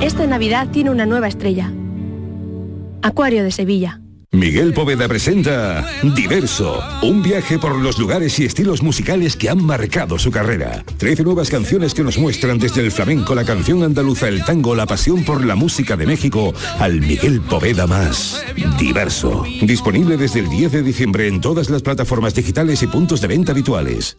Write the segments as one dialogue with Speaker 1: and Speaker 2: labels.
Speaker 1: Esta Navidad tiene una nueva estrella. Acuario de Sevilla.
Speaker 2: Miguel Poveda presenta Diverso, un viaje por los lugares y estilos musicales que han marcado su carrera. Trece nuevas canciones que nos muestran desde el flamenco, la canción andaluza, el tango, la pasión por la música de México, al Miguel Poveda más. Diverso, disponible desde el 10 de diciembre en todas las plataformas digitales y puntos de venta habituales.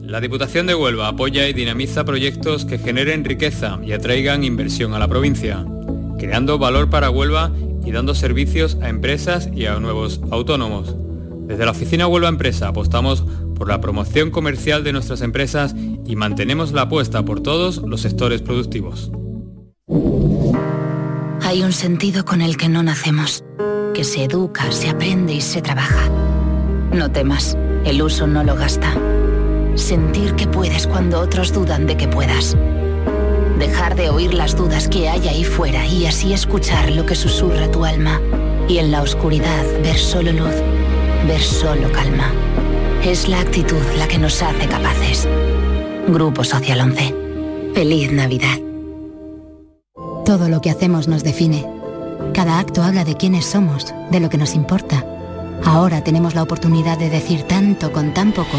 Speaker 3: La Diputación de Huelva apoya y dinamiza proyectos que generen riqueza y atraigan inversión a la provincia, creando valor para Huelva y dando servicios a empresas y a nuevos autónomos. Desde la oficina Huelva Empresa apostamos por la promoción comercial de nuestras empresas y mantenemos la apuesta por todos los sectores productivos.
Speaker 4: Hay un sentido con el que no nacemos, que se educa, se aprende y se trabaja. No temas, el uso no lo gasta. Sentir que puedes cuando otros dudan de que puedas. Dejar de oír las dudas que hay ahí fuera y así escuchar lo que susurra tu alma. Y en la oscuridad ver solo luz, ver solo calma. Es la actitud la que nos hace capaces. Grupo Social 11. Feliz Navidad.
Speaker 5: Todo lo que hacemos nos define. Cada acto habla de quiénes somos, de lo que nos importa. Ahora tenemos la oportunidad de decir tanto con tan poco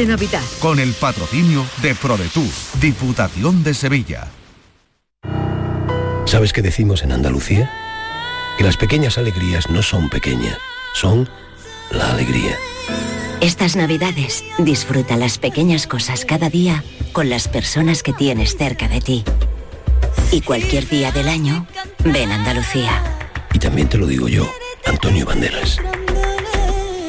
Speaker 6: de Navidad.
Speaker 7: Con el patrocinio de ProDetour, Diputación de Sevilla.
Speaker 8: ¿Sabes qué decimos en Andalucía? Que las pequeñas alegrías no son pequeñas, son la alegría.
Speaker 9: Estas Navidades, disfruta las pequeñas cosas cada día con las personas que tienes cerca de ti. Y cualquier día del año, ven Andalucía.
Speaker 8: Y también te lo digo yo, Antonio Banderas.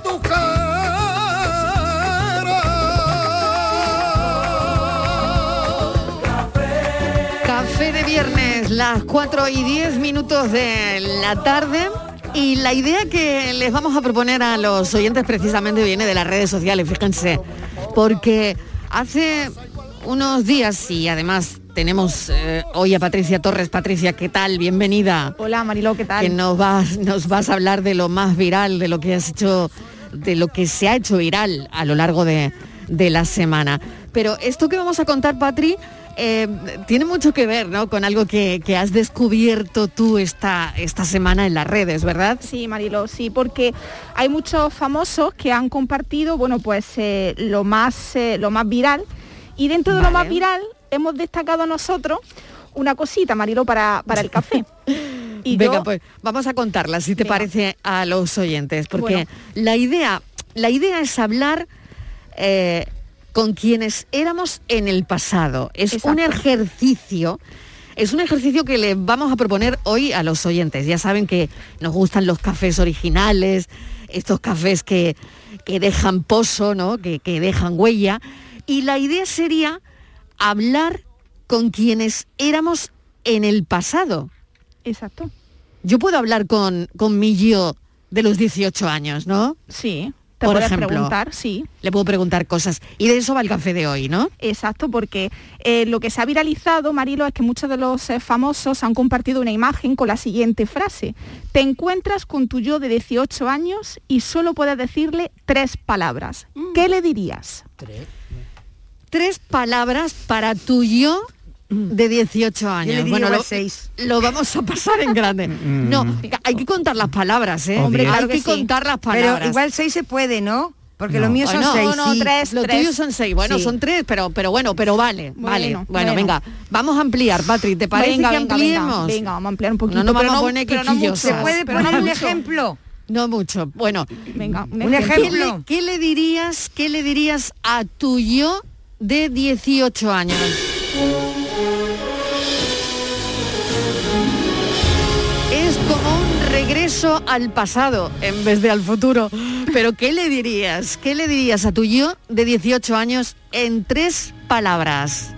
Speaker 10: tu
Speaker 11: Café de viernes, las 4 y 10 minutos de la tarde. Y la idea que les vamos a proponer a los oyentes precisamente viene de las redes sociales, fíjense. Porque hace unos días, y además tenemos eh, hoy a Patricia Torres. Patricia, ¿qué tal? Bienvenida.
Speaker 12: Hola Mariló, ¿qué tal?
Speaker 11: Que nos vas, nos vas a hablar de lo más viral, de lo que has hecho, de lo que se ha hecho viral a lo largo de, de la semana. Pero esto que vamos a contar, Patri, eh, tiene mucho que ver, ¿no? Con algo que, que has descubierto tú esta, esta semana en las redes, ¿verdad?
Speaker 12: Sí, Marilo, sí, porque hay muchos famosos que han compartido, bueno, pues eh, lo, más, eh, lo más viral. Y dentro de lo más viral hemos destacado nosotros una cosita, Marilo, para, para el café. Y
Speaker 11: Venga,
Speaker 12: yo-
Speaker 11: pues vamos a contarla, si te parece, a los oyentes, porque
Speaker 12: Bueno.
Speaker 11: la, idea, la idea es hablar eh, con quienes éramos en el pasado. Es un
Speaker 12: Exacto.
Speaker 11: ejercicio. Es un ejercicio que les vamos a proponer hoy a los oyentes. Ya saben que nos gustan los cafés originales, estos cafés que, que dejan pozo, ¿no? que, que dejan huella. Y la idea sería hablar con quienes éramos en el pasado.
Speaker 12: Exacto.
Speaker 11: Yo puedo hablar con, con mi yo de los 18 años, ¿no?
Speaker 12: Sí. Te
Speaker 11: Por
Speaker 12: puedes
Speaker 11: ejemplo,
Speaker 12: preguntar, sí.
Speaker 11: Le puedo preguntar cosas. Y de eso va el café de hoy, ¿no?
Speaker 12: Exacto, porque eh, lo que se ha viralizado, Marilo, es que muchos de los eh, famosos han compartido una imagen con la siguiente frase. Te encuentras con tu yo de 18 años y solo puedes decirle tres palabras.
Speaker 11: Mm.
Speaker 12: ¿Qué le dirías?
Speaker 11: Tres palabras para tu yo de 18 años.
Speaker 13: diría
Speaker 11: bueno, lo,
Speaker 13: igual seis.
Speaker 11: lo vamos a pasar en grande. No, hay que contar las palabras, ¿eh? Hombre, hay
Speaker 13: claro
Speaker 11: que,
Speaker 13: sí.
Speaker 11: contar las palabras.
Speaker 13: Pero igual seis se puede, ¿no? Porque
Speaker 11: No.
Speaker 13: lo mío son
Speaker 11: Bueno,
Speaker 13: seis.
Speaker 11: no,
Speaker 13: sí.
Speaker 11: tres, Lo tuyo son seis. Bueno, son tres, pero, pero bueno, pero vale, vale. Bueno,
Speaker 13: bueno.
Speaker 11: venga, vamos a ampliar, Patri, ¿te parece
Speaker 12: Venga,
Speaker 11: que
Speaker 12: venga,
Speaker 11: ampliemos?
Speaker 12: venga, venga, vamos a ampliar un poquito,
Speaker 11: No, no
Speaker 12: pero
Speaker 11: vamos a
Speaker 12: no-
Speaker 11: poner
Speaker 12: pero no mucho.
Speaker 11: quisquillosas.
Speaker 12: ¿Se puede poner un
Speaker 11: ejemplo? No mucho. Bueno,
Speaker 12: venga, un
Speaker 11: ¿Qué
Speaker 12: ejemplo.
Speaker 11: le, qué le dirías, qué le dirías a tu yo de 18 años? Es como un regreso al pasado en vez de al futuro. Pero ¿qué le dirías? ¿Qué le dirías a tu yo de 18 años en tres palabras?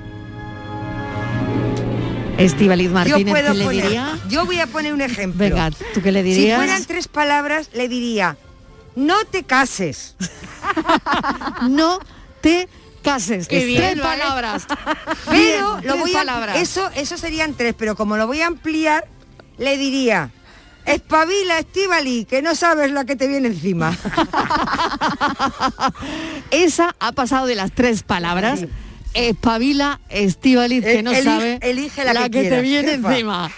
Speaker 11: Estivaliz Martínez,
Speaker 13: yo puedo
Speaker 11: ¿qué le
Speaker 13: poner,
Speaker 11: diría?
Speaker 13: yo voy a poner un ejemplo.
Speaker 11: Venga, ¿tú qué le
Speaker 13: Si
Speaker 11: dirías?
Speaker 13: fueran tres palabras, le diría, no te cases.
Speaker 11: no te cases.
Speaker 13: Qué
Speaker 11: Es
Speaker 13: bien,
Speaker 11: tres
Speaker 13: ¿vale?
Speaker 11: palabras.
Speaker 13: Pero
Speaker 11: Bien,
Speaker 13: lo
Speaker 11: tres
Speaker 13: voy a,
Speaker 11: palabras.
Speaker 13: Eso, eso serían tres, pero como lo voy a ampliar, le diría, espabila, Estivali, que no sabes la que te viene encima.
Speaker 11: Esa ha pasado de las tres palabras. Espabila, Estivaliz, que
Speaker 13: El-
Speaker 11: no
Speaker 13: elige-
Speaker 11: sabe
Speaker 13: elige la que
Speaker 11: te
Speaker 13: quieras,
Speaker 11: viene
Speaker 13: jefa.
Speaker 11: encima.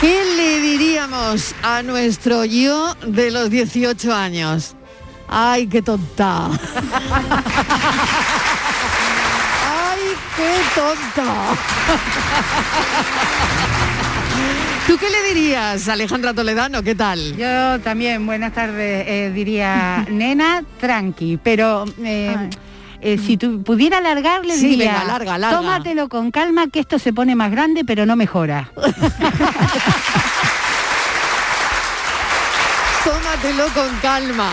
Speaker 11: ¿Qué le diríamos a nuestro yo de los 18 años? ¡Ay, qué tonta! ¡Ay, qué tonta! ¿Tú qué le dirías, Alejandra Toledano? ¿Qué tal?
Speaker 14: Yo también, buenas tardes, eh, diría, nena, tranqui, pero... eh, eh, si tú pudiera alargar, le
Speaker 11: Sí,
Speaker 14: diría,
Speaker 11: venga, alarga, alarga.
Speaker 14: tómatelo con calma, que esto se pone más grande, pero no mejora.
Speaker 11: Tómatelo con calma.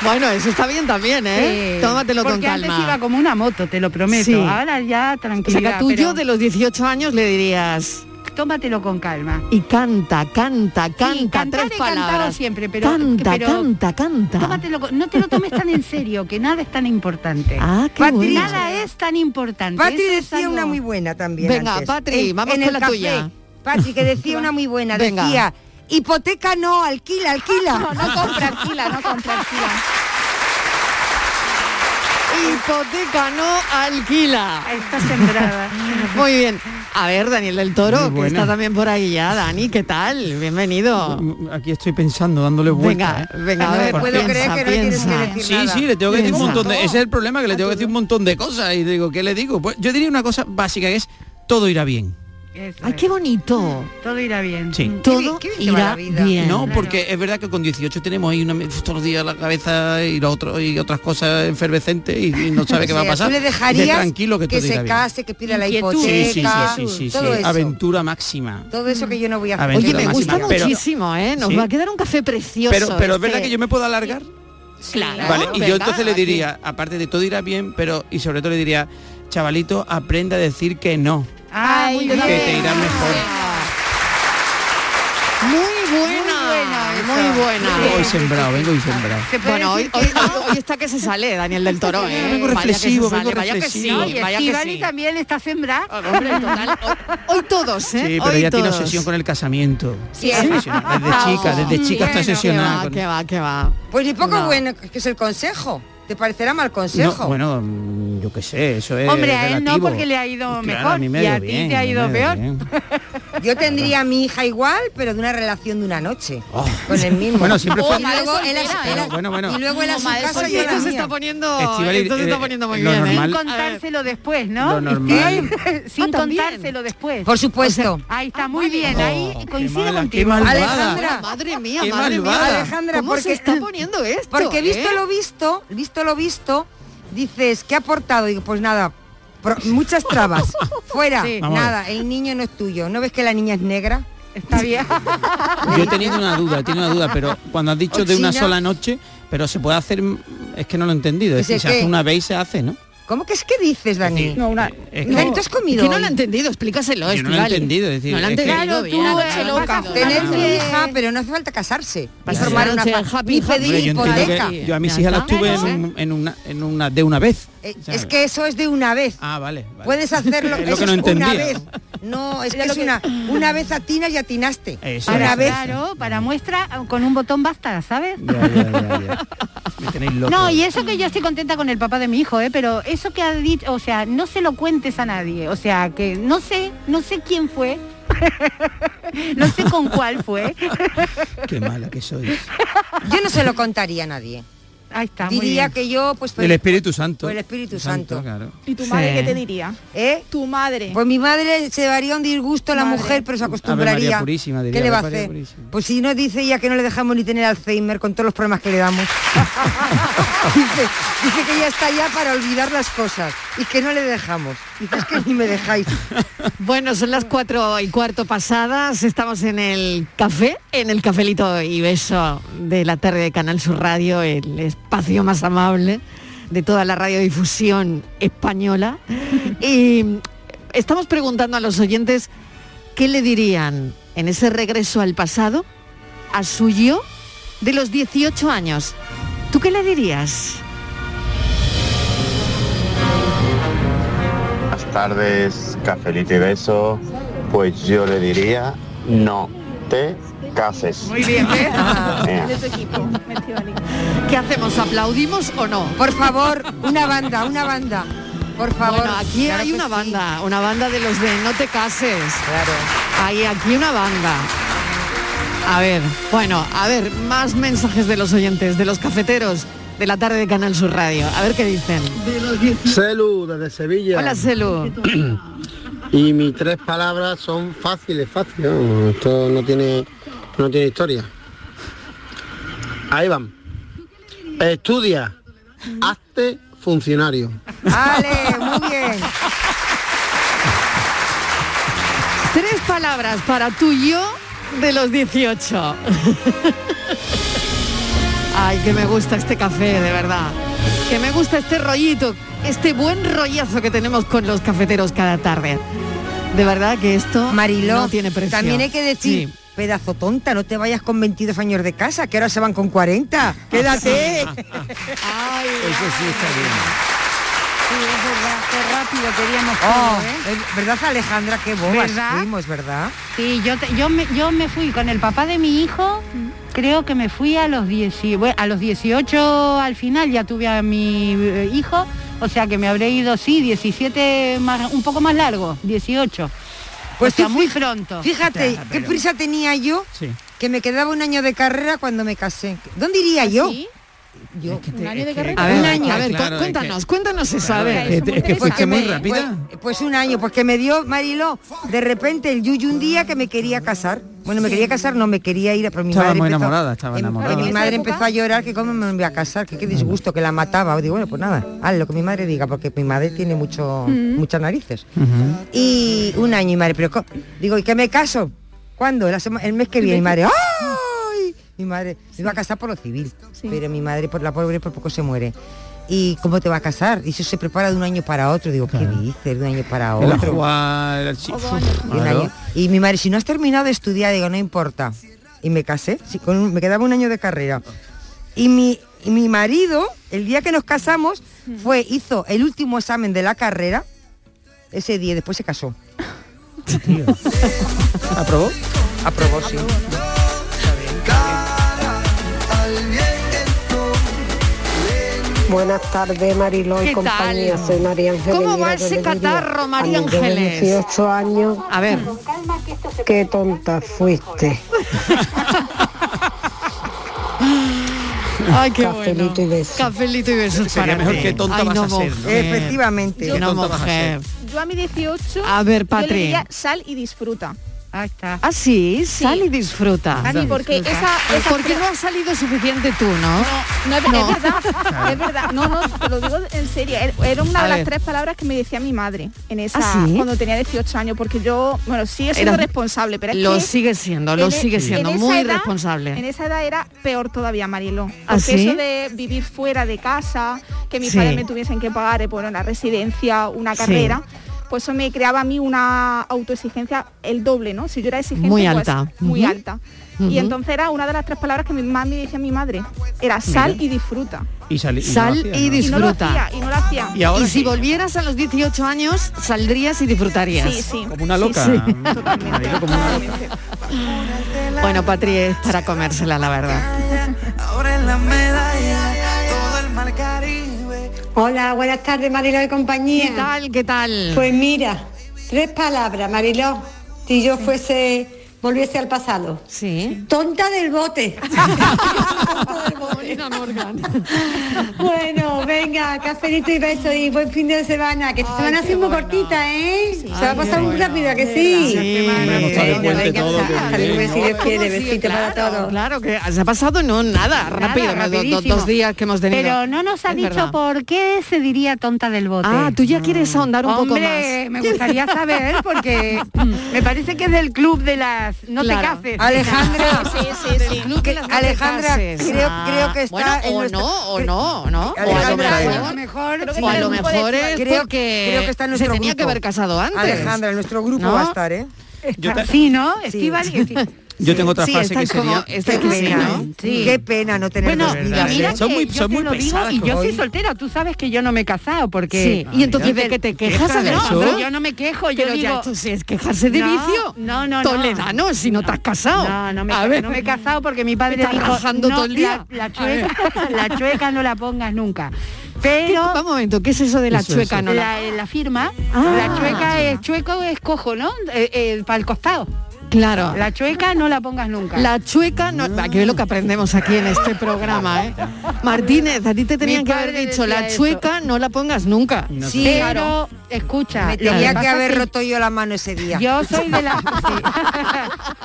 Speaker 11: Bueno, eso está bien también, ¿eh?
Speaker 14: Sí.
Speaker 11: Tómatelo con
Speaker 14: Porque
Speaker 11: calma.
Speaker 14: antes iba como una moto, te lo prometo.
Speaker 11: Sí.
Speaker 14: Ahora ya
Speaker 11: O sea, que
Speaker 14: tranquila.
Speaker 11: a tú
Speaker 14: pero
Speaker 11: yo de los 18 años le dirías...
Speaker 14: Tómatelo con calma.
Speaker 11: Y canta, canta, canta,
Speaker 14: cantar
Speaker 11: tres
Speaker 14: he cantado
Speaker 11: palabras.
Speaker 14: siempre, pero-
Speaker 11: canta,
Speaker 14: pero-
Speaker 11: canta, canta.
Speaker 14: Tómatelo con- no te lo tomes tan en serio, que nada es tan importante.
Speaker 11: Ah, qué
Speaker 14: Patri,
Speaker 11: bueno.
Speaker 14: Nada es tan importante.
Speaker 13: Patri
Speaker 14: eso es
Speaker 13: decía
Speaker 14: algo-
Speaker 13: una muy buena también.
Speaker 11: Venga,
Speaker 13: antes.
Speaker 11: Patri,
Speaker 13: En-
Speaker 11: vamos
Speaker 13: en
Speaker 11: con
Speaker 13: el
Speaker 11: la
Speaker 13: café.
Speaker 11: tuya.
Speaker 13: Patri, que decía una muy buena,
Speaker 11: Venga.
Speaker 13: decía, hipoteca no, alquila, alquila.
Speaker 15: No, no compra, alquila, no compra, alquila.
Speaker 11: Hipoteca no alquila.
Speaker 14: Está sembrada.
Speaker 11: Muy bien. A ver, Daniel del Toro, que está también por ahí ya. Dani, ¿qué tal? Bienvenido.
Speaker 16: Aquí estoy pensando, dándole
Speaker 11: Venga,
Speaker 16: vueltas. ¿eh?
Speaker 11: venga, a ver, piensa, piensa.
Speaker 16: Sí, sí, le tengo que decir un
Speaker 11: Piensa.
Speaker 16: montón de... Ese es el problema, que le tengo que decir un montón de cosas. Y digo, ¿qué le digo? Pues yo diría una cosa básica, que es todo irá bien.
Speaker 11: Ay, qué bonito.
Speaker 14: Todo irá bien.
Speaker 16: Sí.
Speaker 11: Todo irá bien.
Speaker 16: No, porque es verdad que con 18 tenemos ahí una, todos los días la cabeza y lo otro y otras cosas enfervescentes y, y no sabe qué va a
Speaker 13: O sea,
Speaker 16: pasar.
Speaker 13: Tú le
Speaker 16: Dice,
Speaker 13: dejarías
Speaker 16: tranquilo que, todo
Speaker 13: se
Speaker 16: irá bien.
Speaker 13: case, que pida la
Speaker 16: Sí,
Speaker 13: hipoteca,
Speaker 16: sí, sí, sí, sí, sí.
Speaker 13: todo eso.
Speaker 16: Aventura máxima.
Speaker 13: Todo eso que yo no voy a
Speaker 16: Aventura
Speaker 11: Oye, me gusta
Speaker 16: máxima, pero-
Speaker 11: muchísimo, ¿eh? Nos
Speaker 16: Sí.
Speaker 11: va a quedar un café precioso.
Speaker 16: Pero, pero es verdad
Speaker 11: este.
Speaker 16: que yo me puedo alargar.
Speaker 11: Claro. Ah,
Speaker 16: Vale, y yo
Speaker 11: venga,
Speaker 16: entonces le
Speaker 11: aquí.
Speaker 16: diría, aparte de todo irá bien, pero y sobre todo le diría, chavalito, aprende a decir que no,
Speaker 14: Ay,
Speaker 16: que te irá mejor.
Speaker 11: Muy buena, muy buena.
Speaker 16: Vengo hoy sembrado, vengo hoy sembrado.
Speaker 11: Bueno, hoy, hoy- hoy está que se sale Daniel del Toro, ¿eh? Vaya que
Speaker 16: Vengo
Speaker 11: se
Speaker 16: reflexivo,
Speaker 11: sale,
Speaker 16: vengo
Speaker 11: vaya que sí,
Speaker 16: reflexivo.
Speaker 11: vaya que
Speaker 14: Estivali
Speaker 11: sí.
Speaker 14: también está sembrada.
Speaker 11: Hombre, en total, hoy, hoy todos, ¿eh?
Speaker 16: Sí, pero
Speaker 11: hoy
Speaker 16: ya tiene
Speaker 11: todos.
Speaker 16: obsesión con el casamiento.
Speaker 13: Sí.
Speaker 16: Está obsesionada, Desde chica, desde chica está obsesionada. con-
Speaker 11: Qué va, qué va.
Speaker 13: Pues ni poco
Speaker 16: No.
Speaker 13: bueno que es el consejo. ¿Te parecerá mal
Speaker 16: No,
Speaker 13: consejo?
Speaker 16: bueno, mm, yo qué sé, eso es
Speaker 13: Hombre, a él no,
Speaker 16: relativo.
Speaker 13: porque le ha ido
Speaker 16: Claro,
Speaker 13: mejor,
Speaker 16: mí me ha
Speaker 13: y
Speaker 16: ido
Speaker 13: a ti
Speaker 16: bien,
Speaker 13: te ha
Speaker 16: a mí
Speaker 13: ido
Speaker 16: me ha
Speaker 13: peor.
Speaker 16: bien.
Speaker 13: Yo tendría a mi hija igual, pero de una relación de una noche.
Speaker 16: Ah,
Speaker 13: Con el mismo.
Speaker 16: Bueno,
Speaker 11: Oh,
Speaker 16: siempre fue-
Speaker 13: Y luego él a su-
Speaker 16: Pero
Speaker 13: él a-
Speaker 16: bueno, bueno.
Speaker 13: Y luego él a su
Speaker 11: Madre
Speaker 13: casa y yo
Speaker 11: soltera.
Speaker 13: a la
Speaker 11: Esto se
Speaker 13: mía.
Speaker 11: está poniendo,
Speaker 16: Estivali,
Speaker 11: esto se está
Speaker 16: eh,
Speaker 11: poniendo muy
Speaker 16: lo
Speaker 11: bien, ¿eh?
Speaker 16: normal-
Speaker 11: Con-
Speaker 14: Contárselo después, ¿no?
Speaker 16: Lo normal-
Speaker 14: ¿Eh? Sin
Speaker 11: Ah, también. Ah,
Speaker 14: contárselo después.
Speaker 13: Por supuesto.
Speaker 14: O sea, ahí está muy bien, ahí coincido
Speaker 16: mala, Oh, qué
Speaker 14: contigo.
Speaker 16: malvada.
Speaker 13: Alejandra.
Speaker 11: Madre mía,
Speaker 16: Qué
Speaker 11: madre mía.
Speaker 16: malvada.
Speaker 13: Alejandra,
Speaker 11: ¿Cómo
Speaker 13: porque
Speaker 11: se está poniendo esto?
Speaker 13: Porque visto
Speaker 11: eh?
Speaker 13: lo visto, visto lo visto, dices, ¿qué ha aportado? Digo, pues nada, pro- muchas trabas. Fuera,
Speaker 14: Sí.
Speaker 16: Vamos a
Speaker 13: nada, el niño no es tuyo. ¿No ves que la niña es negra?
Speaker 14: Está bien.
Speaker 16: Yo he tenido una duda, tiene una duda, pero cuando has dicho de una
Speaker 13: Oxina.
Speaker 16: sola noche, pero se puede hacer, mm, es que no lo he entendido, es
Speaker 13: Dice
Speaker 16: que se
Speaker 13: que-
Speaker 16: hace una vez y se hace, ¿no?
Speaker 13: ¿Cómo que es que dices, Dani?
Speaker 16: No, una- es que-
Speaker 13: Dani, ¿tú has comido?
Speaker 11: Que no lo
Speaker 13: hoy?
Speaker 11: ha entendido, explícaselo,
Speaker 16: Yo no lo he
Speaker 11: Estivali.
Speaker 16: entendido, es decir,
Speaker 11: No lo ha
Speaker 16: es que-
Speaker 11: entendido
Speaker 16: Claro,
Speaker 11: bien, la noche loca.
Speaker 13: eh, Tener una hija, pero no hace falta casarse. Para
Speaker 16: Claro.
Speaker 13: formar una
Speaker 11: Noche,
Speaker 13: fa-
Speaker 11: happy,
Speaker 13: ni
Speaker 11: happy.
Speaker 13: pedir
Speaker 16: Hombre, yo entiendo que-
Speaker 13: hipoteca.
Speaker 16: yo a mis
Speaker 11: Ya
Speaker 16: hijas
Speaker 11: está.
Speaker 16: las tuve en, un- en una, en una de una vez.
Speaker 13: Eh,
Speaker 16: ¿sabes?
Speaker 13: Es que eso es de una vez.
Speaker 16: Ah, vale. vale.
Speaker 13: Puedes hacerlo
Speaker 16: Es lo
Speaker 13: eso
Speaker 16: que no
Speaker 13: es una
Speaker 16: entendía.
Speaker 13: vez. No, es que
Speaker 14: Era lo
Speaker 13: es
Speaker 14: que-
Speaker 13: una, una vez atinas y atinaste.
Speaker 16: Eso,
Speaker 13: Una
Speaker 16: eso,
Speaker 13: vez.
Speaker 14: Claro, para muestra con un botón basta, ¿sabes?
Speaker 16: Ya, ya, ya, ya. Me tenéis loco.
Speaker 14: No, y eso que yo estoy contenta con el papá de mi hijo, ¿eh? pero eso que ha dicho, o sea, no se lo cuentes a nadie, o sea, que no sé, no sé quién fue, no sé con cuál fue.
Speaker 16: Qué mala que sois.
Speaker 13: Yo no se lo contaría a nadie.
Speaker 14: Ahí está, muy
Speaker 13: Diría
Speaker 14: bien.
Speaker 13: que yo, pues... pues-
Speaker 16: El Espíritu Santo.
Speaker 13: Por el Espíritu Santo.
Speaker 16: claro.
Speaker 15: ¿Y tu
Speaker 11: Sí.
Speaker 15: madre qué te diría?
Speaker 13: ¿Eh?
Speaker 15: Tu madre.
Speaker 13: Pues mi madre se daría un disgusto a la mujer, pero se acostumbraría.
Speaker 16: Purísima, diría,
Speaker 13: ¿Qué le va a
Speaker 16: Ave María
Speaker 13: hacer?
Speaker 16: Purísima.
Speaker 13: Pues si no dice ella que no le dejamos ni tener Alzheimer con todos los problemas que le damos. dice, dice que ella está ya para olvidar las cosas y que no le dejamos. Dice, es que ni me dejáis.
Speaker 11: Bueno, son las cuatro y cuarto pasadas. Estamos en el café, en el cafelito y beso de la tarde de Canal Sur Radio, el espacio más amable de toda la radiodifusión española. Y estamos preguntando a los oyentes qué le dirían en ese regreso al pasado a su yo de los 18 años. ¿Tú qué le dirías?
Speaker 17: Buenas tardes, cafelito y beso. Pues yo le diría, no te cases.
Speaker 11: Muy bien, ¿eh?
Speaker 17: Venga.
Speaker 15: De tu equipo, Estivali.
Speaker 11: ¿Qué hacemos? ¿Aplaudimos o no?
Speaker 13: Por favor, una banda, una banda. Por favor.
Speaker 11: Bueno, aquí
Speaker 13: Claro
Speaker 11: hay
Speaker 13: que
Speaker 11: una
Speaker 13: sí.
Speaker 11: banda, una banda de los de No te cases. Claro. Hay aquí una banda. A ver, bueno, a ver, más mensajes de los oyentes, de los cafeteros, de la tarde de Canal Sur Radio. A ver qué dicen.
Speaker 10: Celu, desde Sevilla.
Speaker 11: Hola, Celu.
Speaker 18: Y mis tres palabras son fáciles, fáciles. vamos, Esto no tiene, no tiene historia. Ahí van. Estudia. Hazte funcionario.
Speaker 13: Vale, muy bien.
Speaker 11: Tres palabras para tu yo de los 18. Ay, que me gusta este café, de verdad. Que me gusta este rollito, este buen rollazo que tenemos con los cafeteros cada tarde. De verdad que esto no tiene precio.
Speaker 13: También hay que decir,
Speaker 11: Sí.
Speaker 13: pedazo tonta, no te vayas con 22 años de casa, que ahora se van con 40. Quédate.
Speaker 19: Eso sí está bien.
Speaker 13: Sí, es verdad, qué rápido queríamos
Speaker 14: todo,
Speaker 13: Oh,
Speaker 14: ¿eh?
Speaker 11: ¿eh?
Speaker 13: ¿Verdad, Alejandra? Qué bobas
Speaker 14: ¿Verdad?
Speaker 13: fuimos, ¿verdad?
Speaker 14: Sí, yo, te- yo, me, yo me fui con el papá de mi hijo, creo que me fui a los, 10 bueno, a los 18 al final, ya tuve a mi eh, hijo, o sea que me habré ido, sí, 17, más, un poco más largo, 18. Pues
Speaker 13: tú
Speaker 14: muy
Speaker 13: fij-
Speaker 14: pronto.
Speaker 13: Fíjate, qué prisa tenía yo que me quedaba un año de carrera cuando me casé. ¿Dónde
Speaker 11: ¿Ah,
Speaker 13: iría yo? Yo,
Speaker 11: Un año de
Speaker 13: A ver,
Speaker 11: un año.
Speaker 13: a
Speaker 11: A
Speaker 13: ver,
Speaker 11: ver,
Speaker 13: claro,
Speaker 11: cu- cuéntanos, cuéntanos eso, a ver.
Speaker 13: Pues, pues un año, pues que me dio Marilo, de repente el Yuyu un día que me quería casar. Bueno, me quería casar, no me quería ir, pero mi
Speaker 19: Estaba
Speaker 13: madre
Speaker 19: muy
Speaker 13: empezó-
Speaker 19: enamorada, estaba
Speaker 13: em-
Speaker 19: enamorada.
Speaker 13: que mi madre empezó a llorar que cómo me voy a casar, que qué disgusto, que la mataba. Digo, bueno, pues nada, haz lo que mi madre diga, porque mi madre tiene mucho,
Speaker 7: Mm.
Speaker 13: muchas narices. Y un año, y madre, pero co- digo, ¿y qué me caso? ¿Cuándo? La sema- el mes que viene, mi madre. ¡Ay! Mi madre se iba a casar por lo civil, pero mi madre, por la pobre, por poco se muere. ¿Y cómo te va a casar? Y eso se prepara de un año para otro. Digo, ¿qué dices? De un año para
Speaker 19: El
Speaker 13: otro.
Speaker 16: ah,
Speaker 19: ajuar, el archivo.
Speaker 13: Y, un año. Y mi madre, si no has terminado de estudiar, digo, no importa. Y me casé, sí, con un- me quedaba un año de carrera. Y mi, y mi marido, el día que nos casamos, fue, hizo el último examen de la carrera ese día, y después se casó.
Speaker 19: ¿Aprobó?
Speaker 13: Aprobó, sí.
Speaker 3: Buenas tardes, Mariló y
Speaker 11: ¿Qué
Speaker 3: compañía.
Speaker 11: tal?
Speaker 3: Soy María Ángeles.
Speaker 11: ¿Cómo va
Speaker 3: Mira,
Speaker 11: ese
Speaker 3: yo le diría
Speaker 11: catarro, María
Speaker 3: a mis dos
Speaker 11: Ángeles?
Speaker 3: 18 años.
Speaker 11: A ver.
Speaker 3: Qué tonta fuiste.
Speaker 11: Ay, qué
Speaker 3: Cafelito
Speaker 11: bueno.
Speaker 3: y besos.
Speaker 11: Cafelito y besos
Speaker 3: Sería
Speaker 11: para
Speaker 3: mejor
Speaker 11: ti.
Speaker 3: que tonta
Speaker 11: Ay,
Speaker 3: vas
Speaker 11: no,
Speaker 3: a ser,
Speaker 11: mujer.
Speaker 3: ¿no?
Speaker 13: Efectivamente.
Speaker 11: Yo- No, mujer.
Speaker 12: Yo a mi 18.
Speaker 11: A ver,
Speaker 12: yo le
Speaker 11: Patri.
Speaker 12: diría sal y disfruta. Ahí está.
Speaker 11: Ah, sí, sal y disfruta.
Speaker 12: Sal y porque
Speaker 11: disfruta.
Speaker 12: esa- esa-
Speaker 11: Porque no ha salido suficiente tú, ¿no?
Speaker 12: No, es,
Speaker 11: No.
Speaker 12: es verdad, es verdad. No, no, te lo digo en serio. Era- Era una
Speaker 11: A
Speaker 12: de las
Speaker 11: ver.
Speaker 12: tres palabras que me decía mi madre en esa
Speaker 11: ¿Ah, sí?
Speaker 12: cuando tenía 18 años, porque yo, bueno, sigue siendo
Speaker 11: Era-
Speaker 12: responsable, pero es
Speaker 11: Lo
Speaker 12: que
Speaker 11: sigue siendo, lo
Speaker 12: en e-
Speaker 11: sigue
Speaker 12: en
Speaker 11: siendo,
Speaker 12: esa
Speaker 11: muy
Speaker 12: edad-
Speaker 11: responsable.
Speaker 12: En esa edad era peor todavía, Marilo. Porque
Speaker 11: ¿Ah, sí?
Speaker 12: eso de vivir fuera de casa, que mis
Speaker 11: Sí.
Speaker 12: padres me tuviesen que pagar eh, por una residencia, una
Speaker 11: Sí.
Speaker 12: carrera. Pues eso me creaba a mí una autoexigencia el doble, ¿no? Si yo era exigente,
Speaker 11: Muy
Speaker 12: pues,
Speaker 11: alta.
Speaker 12: muy
Speaker 11: Ujú.
Speaker 12: alta.
Speaker 11: Ujú.
Speaker 12: Y entonces era una de las tres palabras que mi mami decía a mi madre. Era sal y disfruta.
Speaker 19: Y salí.
Speaker 11: Sal y
Speaker 12: Y no lo
Speaker 11: disfruta.
Speaker 12: hacía, y no lo hacía.
Speaker 11: Y, si volvieras a los 18 años, saldrías y disfrutarías.
Speaker 12: Sí, sí.
Speaker 19: Como una loca.
Speaker 11: Sí, sí.
Speaker 19: Marilo, como una loca.
Speaker 11: Bueno, Patri, es para comérsela, la verdad.
Speaker 20: Ahora en la medalla, todo el mar Caribe.
Speaker 3: Hola, buenas tardes, Mariló y compañía. ¿Qué
Speaker 11: tal? ¿Qué tal?
Speaker 3: Pues mira, tres palabras, Mariló. Si yo fuese, volviese al pasado.
Speaker 11: Sí.
Speaker 3: Tonta del bote. bueno, venga, cafelito y beso y buen fin de semana. Que esta semana ha sido muy cortita, ¿eh? Se va a pasar muy rápido, ¿a que sí? Hasta
Speaker 12: pues,
Speaker 3: luego, si Dios quiere. Besito para todos.
Speaker 11: Eh, Claro que se ha pasado no nada,
Speaker 14: Nada,
Speaker 11: rápido, ¿no? Do- do-
Speaker 14: rapidísimo.
Speaker 11: dos días que hemos tenido.
Speaker 14: Pero no nos ha
Speaker 11: Es
Speaker 14: dicho
Speaker 11: verdad.
Speaker 14: por qué se diría tonta del bote.
Speaker 11: Ah, tú
Speaker 13: Mm.
Speaker 11: ya quieres ahondar un poco
Speaker 14: Hombre,
Speaker 11: más.
Speaker 14: me gustaría saber porque me parece que es del club de las no
Speaker 11: Claro.
Speaker 14: te cases.
Speaker 11: Alejandra,
Speaker 14: Que-
Speaker 13: Alejandra, creo- creo que está
Speaker 11: Ah, bueno,
Speaker 13: en
Speaker 11: o
Speaker 13: nuestra-
Speaker 11: no, o no, ¿no? O a lo
Speaker 13: Alejandra,
Speaker 11: mejor,
Speaker 14: mejor,
Speaker 11: o a lo mejor es
Speaker 13: creo,
Speaker 11: porque
Speaker 13: creo que está en
Speaker 11: se
Speaker 13: nuestro
Speaker 11: tenía
Speaker 13: grupo.
Speaker 11: que haber casado antes.
Speaker 13: Alejandra, en nuestro grupo
Speaker 11: ¿No?
Speaker 13: va a estar, ¿eh?
Speaker 19: Yo te-
Speaker 14: Sí, ¿no? Estíbal y-
Speaker 19: Yo tengo otra
Speaker 13: Sí,
Speaker 19: frase que
Speaker 13: estáis como-
Speaker 19: sería...
Speaker 13: estáis Qué como- pena, ¿no? Sí. Qué pena no tener
Speaker 14: Bueno,
Speaker 13: dos
Speaker 14: y
Speaker 13: verdades.
Speaker 11: ¿eh?
Speaker 14: mira
Speaker 13: Son
Speaker 14: que
Speaker 13: muy-
Speaker 14: yo
Speaker 13: son
Speaker 14: te
Speaker 13: muy
Speaker 14: lo digo
Speaker 13: pesadas
Speaker 14: y yo
Speaker 13: hoy.
Speaker 14: soy soltera, tú sabes que yo no me he casado porque
Speaker 11: Sí, y entonces de qué te quejas, Alejandra?
Speaker 14: yo no me quejo, yo
Speaker 11: Pero ya,
Speaker 14: digo,
Speaker 11: esto sí es quejarse de
Speaker 14: No,
Speaker 11: vicio.
Speaker 14: No, no, no.
Speaker 11: Toledano, si no te has casado.
Speaker 14: No, no me,
Speaker 11: A ver.
Speaker 14: no me he casado porque mi padre
Speaker 11: Estás
Speaker 14: dijo,
Speaker 11: rajando
Speaker 14: no,
Speaker 11: todo el día.
Speaker 14: La, la
Speaker 11: A ver.
Speaker 14: chueca, la chueca no la pongas nunca. Pero
Speaker 11: un momento, ¿qué es eso de la
Speaker 14: Eso,
Speaker 11: chueca
Speaker 14: eso.
Speaker 11: no la-
Speaker 14: la, la firma,
Speaker 11: Ah.
Speaker 14: la chueca es chueco es cojo, ¿no? Eh, eh, para el costado.
Speaker 11: Claro.
Speaker 14: La chueca no la pongas nunca.
Speaker 11: Ah. La chueca, no, va, que es lo que aprendemos aquí en este programa, ¿eh? Martínez, a ti te tenían
Speaker 14: Mi
Speaker 11: que haber
Speaker 14: padre
Speaker 11: dicho,
Speaker 14: decía
Speaker 11: la
Speaker 14: eso.
Speaker 11: chueca no la pongas nunca.
Speaker 13: Sí, sé. claro.
Speaker 14: Pero, escucha,
Speaker 13: Me
Speaker 14: lo que
Speaker 13: tenía que
Speaker 14: pasa
Speaker 13: haber
Speaker 14: es que
Speaker 13: roto yo la mano ese día.
Speaker 14: Yo soy de la...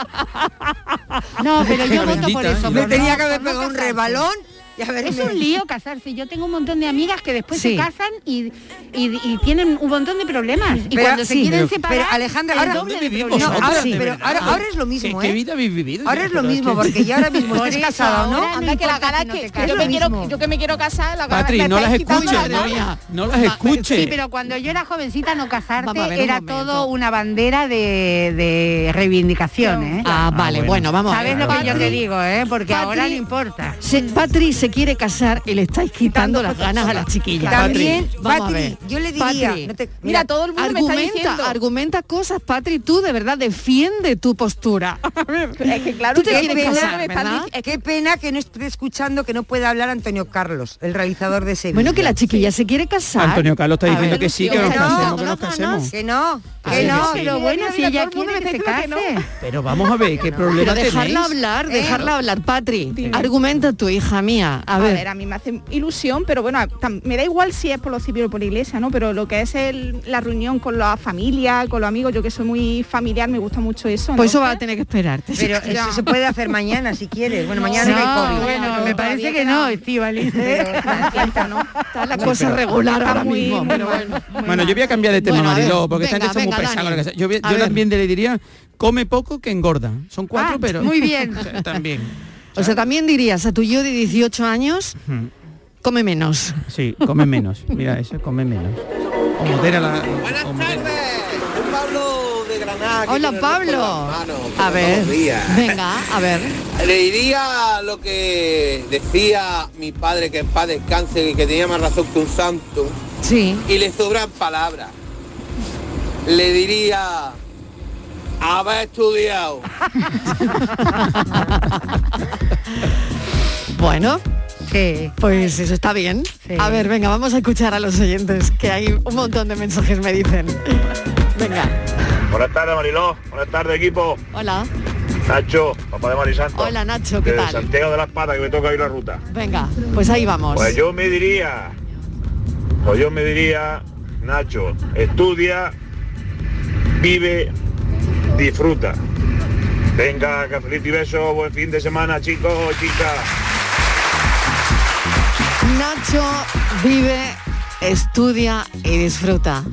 Speaker 14: sí. No, pero yo voto por eso.
Speaker 13: Me
Speaker 14: por
Speaker 13: tenía
Speaker 14: no-
Speaker 13: que haber
Speaker 14: por no
Speaker 13: pegado un
Speaker 14: casarse.
Speaker 13: rebalón y haberme...
Speaker 14: Es un lío casarse. Yo tengo un montón de amigas que después
Speaker 13: Sí.
Speaker 14: se casan y, y- y tienen un montón de problemas. Y
Speaker 13: Pero-
Speaker 14: cuando se
Speaker 13: sí.
Speaker 14: quieren
Speaker 13: Pero-
Speaker 14: separar,
Speaker 13: pero, Alejandra,
Speaker 14: el
Speaker 13: ahora-
Speaker 14: doble de
Speaker 13: vivimos
Speaker 14: problemas.
Speaker 13: nosotras, No, ahora sí, de pero verdad? ahora- ahora es lo mismo, ¿Qué- qué ¿eh? vida habéis Ahora es lo mismo, porque yo ahora mismo
Speaker 14: Por
Speaker 13: estoy
Speaker 14: eso,
Speaker 13: casada, ¿no?
Speaker 14: ahora no
Speaker 21: Anda, que la
Speaker 14: importa
Speaker 21: gana
Speaker 14: si no te
Speaker 21: que,
Speaker 14: casas.
Speaker 21: yo, me
Speaker 14: Lo
Speaker 21: quiero,
Speaker 14: mismo.
Speaker 21: yo que me quiero casar, la gana
Speaker 16: Patri,
Speaker 21: me
Speaker 16: no las
Speaker 21: estáis quitando
Speaker 16: escuches,
Speaker 21: la gana.
Speaker 16: Nuria. No las escuches.
Speaker 14: Sí, pero cuando yo era jovencita no casarte
Speaker 11: Vamos a ver, un
Speaker 14: era todo una bandera de, de reivindicación, ¿eh?
Speaker 11: Ah, vale, bueno, vamos a
Speaker 14: ¿Sabes
Speaker 11: ver.
Speaker 14: lo que yo te
Speaker 11: Patri-
Speaker 14: digo, eh? Porque ahora no
Speaker 11: Patri-
Speaker 14: importa.
Speaker 11: Se, Patri se quiere casar y le estáis quitando las ganas a las chiquillas.
Speaker 13: También,
Speaker 11: Vamos a
Speaker 13: Patri,
Speaker 11: ver.
Speaker 13: yo le diría,
Speaker 11: Patri,
Speaker 13: no te-
Speaker 11: mira,
Speaker 13: mira,
Speaker 11: todo el mundo
Speaker 13: me está
Speaker 11: argumenta,
Speaker 13: diciendo.
Speaker 11: argumenta cosas, Patri, tú de verdad defiende tu postura.
Speaker 21: Es que claro
Speaker 11: tú te
Speaker 21: que-
Speaker 11: quieres
Speaker 21: que-
Speaker 11: casar,
Speaker 21: que-
Speaker 11: ¿verdad?
Speaker 13: Qué pena que no esté escuchando que no pueda hablar Antonio Carlos, el realizador de ese
Speaker 11: Bueno, que la chiquilla se quiere casar.
Speaker 16: Antonio Carlos está diciendo que sí, que nos
Speaker 13: Ah,
Speaker 16: casemos, que nos casemos.
Speaker 13: Que no,
Speaker 16: A ver,
Speaker 13: que no.
Speaker 16: que sí.
Speaker 13: pero bueno,
Speaker 14: Bueno, si ella quiere que se case.
Speaker 16: Pero vamos a ver, ¿qué
Speaker 11: Pero
Speaker 16: problema
Speaker 11: dejarla
Speaker 16: tenéis?
Speaker 11: hablar, dejarla hablar, Patri. Argumenta tu hija mía. A
Speaker 12: A
Speaker 11: ver.
Speaker 12: ver. a mí me hace ilusión, pero bueno, tam- me da igual si es por lo civil o por iglesia, ¿no? Pero lo que es el- la reunión con la familia, con los amigos, yo que soy muy familiar, me gusta mucho eso. ¿no?
Speaker 11: pues eso va a tener que esperarte.
Speaker 13: Pero eso se puede hacer mañana si quieres. Bueno, mañana no, hay COVID.
Speaker 14: bueno, me parece que no, Estivali.
Speaker 11: Está la
Speaker 16: Sí, cosa pero- regular ahora mismo,
Speaker 11: pero
Speaker 16: Bueno, yo voy a cambiar de tema,
Speaker 11: Bueno, a ver,
Speaker 16: Mariló, porque
Speaker 11: venga,
Speaker 16: están hechos muy
Speaker 11: venga,
Speaker 16: pesados.
Speaker 11: Dani.
Speaker 16: con lo que sea. Yo, voy-
Speaker 11: A
Speaker 16: yo
Speaker 11: ver.
Speaker 16: también le diría, come poco que engorda. Son cuatro,
Speaker 11: Ah,
Speaker 16: pero...
Speaker 11: muy bien.
Speaker 16: O sea, también.
Speaker 11: O sea, también dirías a tu yo de 18 años,
Speaker 16: Ujú.
Speaker 11: come menos.
Speaker 16: Sí, come menos. Mira eso, come menos. O modera la... o modera-
Speaker 1: Pablo de Granada. aquí
Speaker 11: Hola
Speaker 1: con el
Speaker 11: Pablo.
Speaker 1: grupo de las manos,
Speaker 11: A
Speaker 1: todos
Speaker 11: ver.
Speaker 1: los días.
Speaker 11: Venga, a ver.
Speaker 1: Le diría lo que decía mi padre que en paz descanse y que tenía más razón que un santo.
Speaker 11: Sí.
Speaker 1: Y le sobran palabras. Le diría haber estudiado.
Speaker 11: Bueno. Pues eso está bien. A ver, venga, vamos a escuchar a los oyentes, que hay un montón de mensajes me dicen. Venga.
Speaker 22: Buenas tardes, Mariló. Buenas tardes, equipo.
Speaker 11: Hola.
Speaker 22: Nacho, papá de Marisanto.
Speaker 11: Hola, Nacho, ¿qué
Speaker 22: Desde
Speaker 11: tal?
Speaker 22: Santiago de las Patas, que me toca ir la ruta.
Speaker 11: Venga, pues ahí vamos.
Speaker 22: Pues yo me diría, pues yo me diría, Nacho, estudia, vive, disfruta. Venga, cafelito y beso, buen fin de semana, chicos, chicas.
Speaker 11: Nacho vive, estudia y disfruta.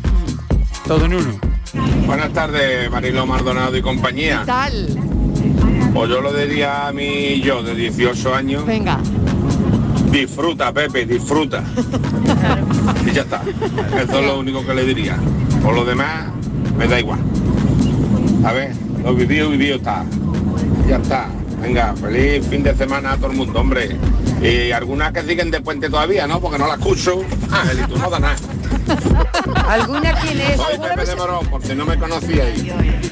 Speaker 22: Todo en uno.
Speaker 17: Buenas tardes, Marilo Maldonado y
Speaker 11: ¿Qué
Speaker 17: compañía.
Speaker 11: tal?
Speaker 17: Pues yo lo diría a mi yo de 18 años.
Speaker 11: Venga.
Speaker 17: Disfruta, Pepe, disfruta. y ya está. Eso es lo único que le diría. Por lo demás, me da igual. A ver, lo vivido, vivido está. Ya está. Venga, feliz fin de semana a todo el mundo, hombre. Y algunas que siguen de puente todavía, ¿no? Porque no las escucho. Ángel, y tú no das nada.
Speaker 13: ¿Alguna quién es?
Speaker 17: Soy Pepe de Morón, por si no me conocíais.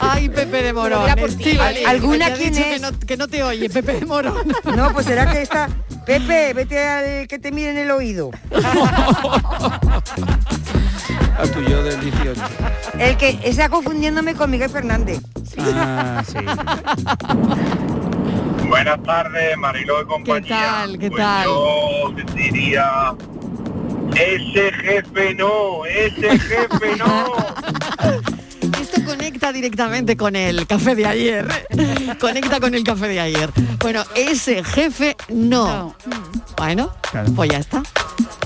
Speaker 11: Ay, Pepe de Morón.
Speaker 13: Pero mira por ti.
Speaker 11: Estíbaliz,
Speaker 13: ¿Alguna
Speaker 11: que te ha
Speaker 13: quién
Speaker 11: dicho
Speaker 13: es?
Speaker 11: Que no, que no te oye, Pepe de Morón.
Speaker 13: No, pues será que está. Pepe, vete al que te mire en el oído.
Speaker 16: A tu Ah, yo del 18.
Speaker 13: El que está confundiéndome con Miguel Fernández.
Speaker 16: Ah, sí.
Speaker 17: Buenas tardes, Mariló y compañía.
Speaker 11: ¿Qué tal? ¿Qué
Speaker 17: Pues
Speaker 11: tal?
Speaker 17: Yo diría, ese jefe no, ese jefe no.
Speaker 11: Esto conecta directamente con el café de ayer. conecta con el café de ayer. Bueno, ese jefe no. Bueno, pues ya está.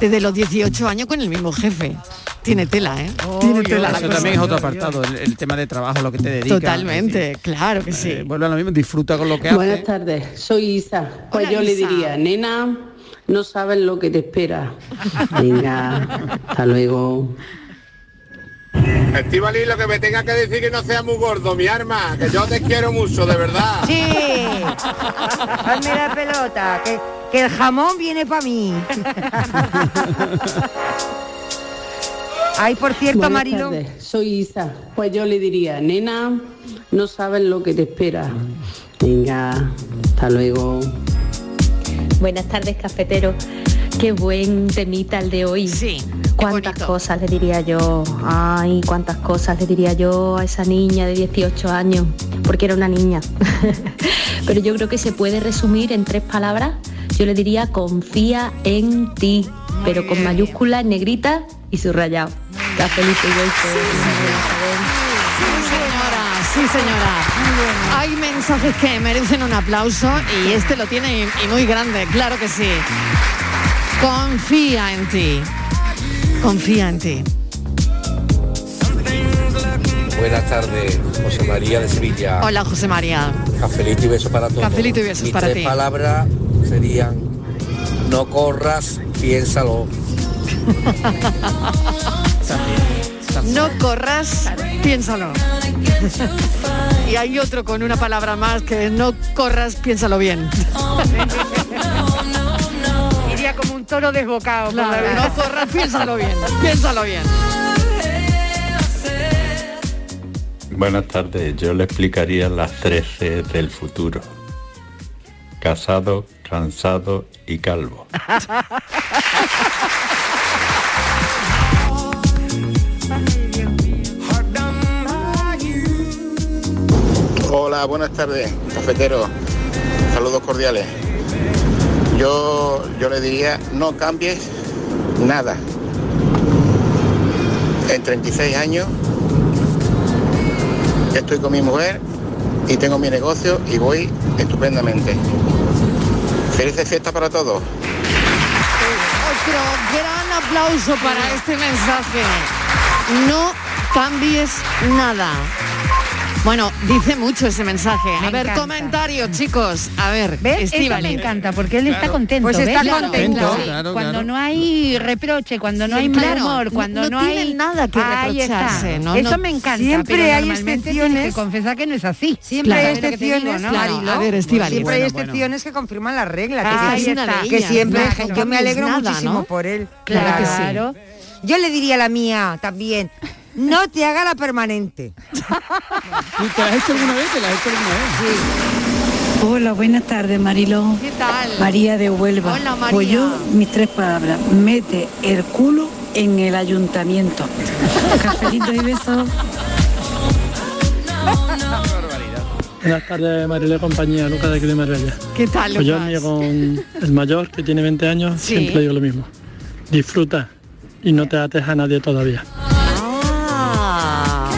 Speaker 11: Desde los 18 años con el mismo jefe. Tiene tela, ¿eh? Tiene tela. la
Speaker 16: Eso
Speaker 11: cosa.
Speaker 16: también es otro apartado, el, el tema de trabajo, lo que te dedicas.
Speaker 11: Totalmente, claro que sí.
Speaker 16: eh, vuelve a lo mismo, disfruta con lo que
Speaker 23: Buenas
Speaker 16: haces.
Speaker 23: tardes, soy Isa. Pues
Speaker 11: Hola,
Speaker 23: yo le
Speaker 11: Isa.
Speaker 23: diría, nena, no sabes lo que te espera. Venga, hasta luego.
Speaker 17: Estivali, lo que me tenga que decir que no sea muy gordo, mi arma, que yo te quiero mucho, de verdad.
Speaker 13: Sí.
Speaker 11: Pues
Speaker 13: Hazme la pelota, que, que el jamón viene para mí. Ay, por cierto,
Speaker 23: Buenas
Speaker 13: Marilo.
Speaker 23: tardes, soy Isa. Pues yo le diría, nena, no sabes lo que te espera. Venga, hasta luego.
Speaker 19: Buenas tardes, cafetero. Qué buen temita el de hoy.
Speaker 11: Sí.
Speaker 19: ¿Cuántas cosas le diría yo? Ay, cuántas cosas le diría yo a esa niña de 18 años, porque era una niña. Pero yo creo que se puede resumir en tres palabras. Yo le diría confía en ti, pero con mayúscula, en negrita y subrayado. Cafelito y
Speaker 11: Sí, señora, sí, señora. Hay mensajes que merecen un aplauso y este lo tiene y, y muy grande, claro que sí. Confía en ti. Confía en ti.
Speaker 24: Buenas tardes, José María de Sevilla.
Speaker 11: Hola, José María.
Speaker 24: Cafelito y besos para todos.
Speaker 11: Cafelito y besos
Speaker 24: Mis
Speaker 11: para
Speaker 24: tres
Speaker 11: ti.
Speaker 24: palabras serían no corras, piénsalo.
Speaker 11: No corras, piénsalo. Y hay otro con una palabra más que es no corras, piénsalo bien.
Speaker 14: Iría como un toro desbocado. por la
Speaker 11: Claro,
Speaker 14: verdad.
Speaker 11: no corras, piénsalo bien, piénsalo bien.
Speaker 25: Buenas tardes, yo le explicaría las 13 del futuro. Casado, cansado y calvo.
Speaker 26: Hola, buenas tardes, cafetero. Saludos cordiales. Yo, yo le diría, no cambies nada. En 36 años estoy con mi mujer y tengo mi negocio y voy estupendamente. Felices fiestas para todos.
Speaker 11: Otro gran aplauso para este mensaje. No cambies nada. Bueno, dice mucho ese mensaje. A ver,
Speaker 14: encanta.
Speaker 11: comentarios, chicos. A ver,
Speaker 14: ¿Ves? Eso
Speaker 11: Estíbaliz.
Speaker 14: me encanta, porque él está contento.
Speaker 11: Pues
Speaker 14: ¿ves?
Speaker 11: está
Speaker 14: Claro,
Speaker 11: contento.
Speaker 14: claro, sí.
Speaker 11: Claro,
Speaker 14: cuando
Speaker 11: claro.
Speaker 14: no hay reproche, cuando no
Speaker 11: Sí,
Speaker 14: hay mal
Speaker 11: claro,
Speaker 14: humor,
Speaker 11: no-
Speaker 14: cuando
Speaker 11: no
Speaker 14: no, hay
Speaker 11: tienen nada que
Speaker 14: Ahí está.
Speaker 11: reprocharse, ¿no?
Speaker 14: Eso
Speaker 11: No-
Speaker 14: me encanta.
Speaker 11: Siempre
Speaker 14: pero
Speaker 11: hay
Speaker 14: normalmente tienes
Speaker 13: excepciones.
Speaker 14: que confesar que no es así.
Speaker 13: Siempre
Speaker 14: Claro.
Speaker 13: hay
Speaker 14: ¿Sabes lo que te digo,
Speaker 13: excepciones,
Speaker 14: no?
Speaker 13: Mariló.
Speaker 14: Estíbaliz.
Speaker 13: Siempre hay
Speaker 14: Bueno, bueno.
Speaker 13: excepciones que confirman la regla.
Speaker 14: Ah,
Speaker 13: que,
Speaker 14: ahí
Speaker 13: siempre-
Speaker 14: está.
Speaker 13: que siempre
Speaker 14: Claro,
Speaker 13: yo
Speaker 14: no
Speaker 13: me alegro
Speaker 14: cambies nada,
Speaker 13: muchísimo
Speaker 14: ¿no?
Speaker 13: por él.
Speaker 14: Claro que sí.
Speaker 13: Yo le diría a la mía también, no te haga la permanente.
Speaker 1: ¿Te la has hecho alguna vez? ¿Te la has hecho alguna vez? Hola, buenas tardes, Mariló.
Speaker 11: ¿Qué tal?
Speaker 1: María de Huelva.
Speaker 11: Hola, María.
Speaker 1: Pues yo, mis tres palabras, mete el culo en el ayuntamiento. Cafelitos y besos.
Speaker 27: Buenas tardes, Marilé Compañía, Lucas de aquí de Marbella.
Speaker 11: ¿Qué tal,
Speaker 27: Pues yo
Speaker 11: Lucas?
Speaker 27: mío con el mayor, que tiene 20 años,
Speaker 11: Sí.
Speaker 27: siempre digo lo mismo. Disfruta y no te ates a nadie todavía.
Speaker 11: Ah,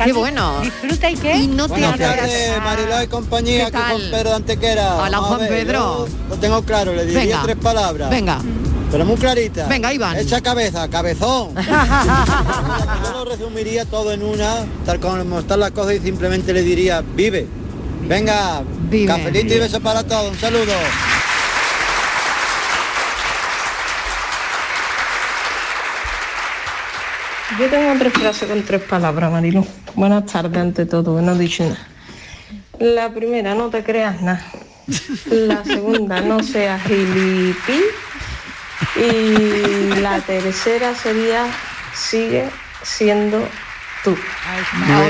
Speaker 11: mm. Qué bueno.
Speaker 14: Disfruta y qué.
Speaker 11: Y no te
Speaker 28: Buenas
Speaker 11: hagas.
Speaker 28: tardes, Mariló y compañía,
Speaker 11: ¿Qué
Speaker 28: aquí Juan
Speaker 11: tal?
Speaker 28: Pedro de Antequera.
Speaker 11: Hola,
Speaker 28: Vamos a
Speaker 11: Juan
Speaker 28: ver,
Speaker 11: Pedro.
Speaker 28: yo Lo tengo claro, le diría
Speaker 11: Venga.
Speaker 28: tres palabras.
Speaker 11: Venga.
Speaker 28: Pero muy clarita.
Speaker 11: Venga, Iván.
Speaker 28: Echa cabeza, cabezón. Yo lo resumiría todo en una, tal como están las cosas y simplemente le diría, vive. Venga, cafelito y besos para todos. Un saludo.
Speaker 18: Yo tengo tres frases con tres palabras, Marilu. Buenas tardes ante todo, no he dicho nada. La primera, no te creas nada. La segunda, no seas gilipí. Y la tercera sería, sigue siendo tú. No,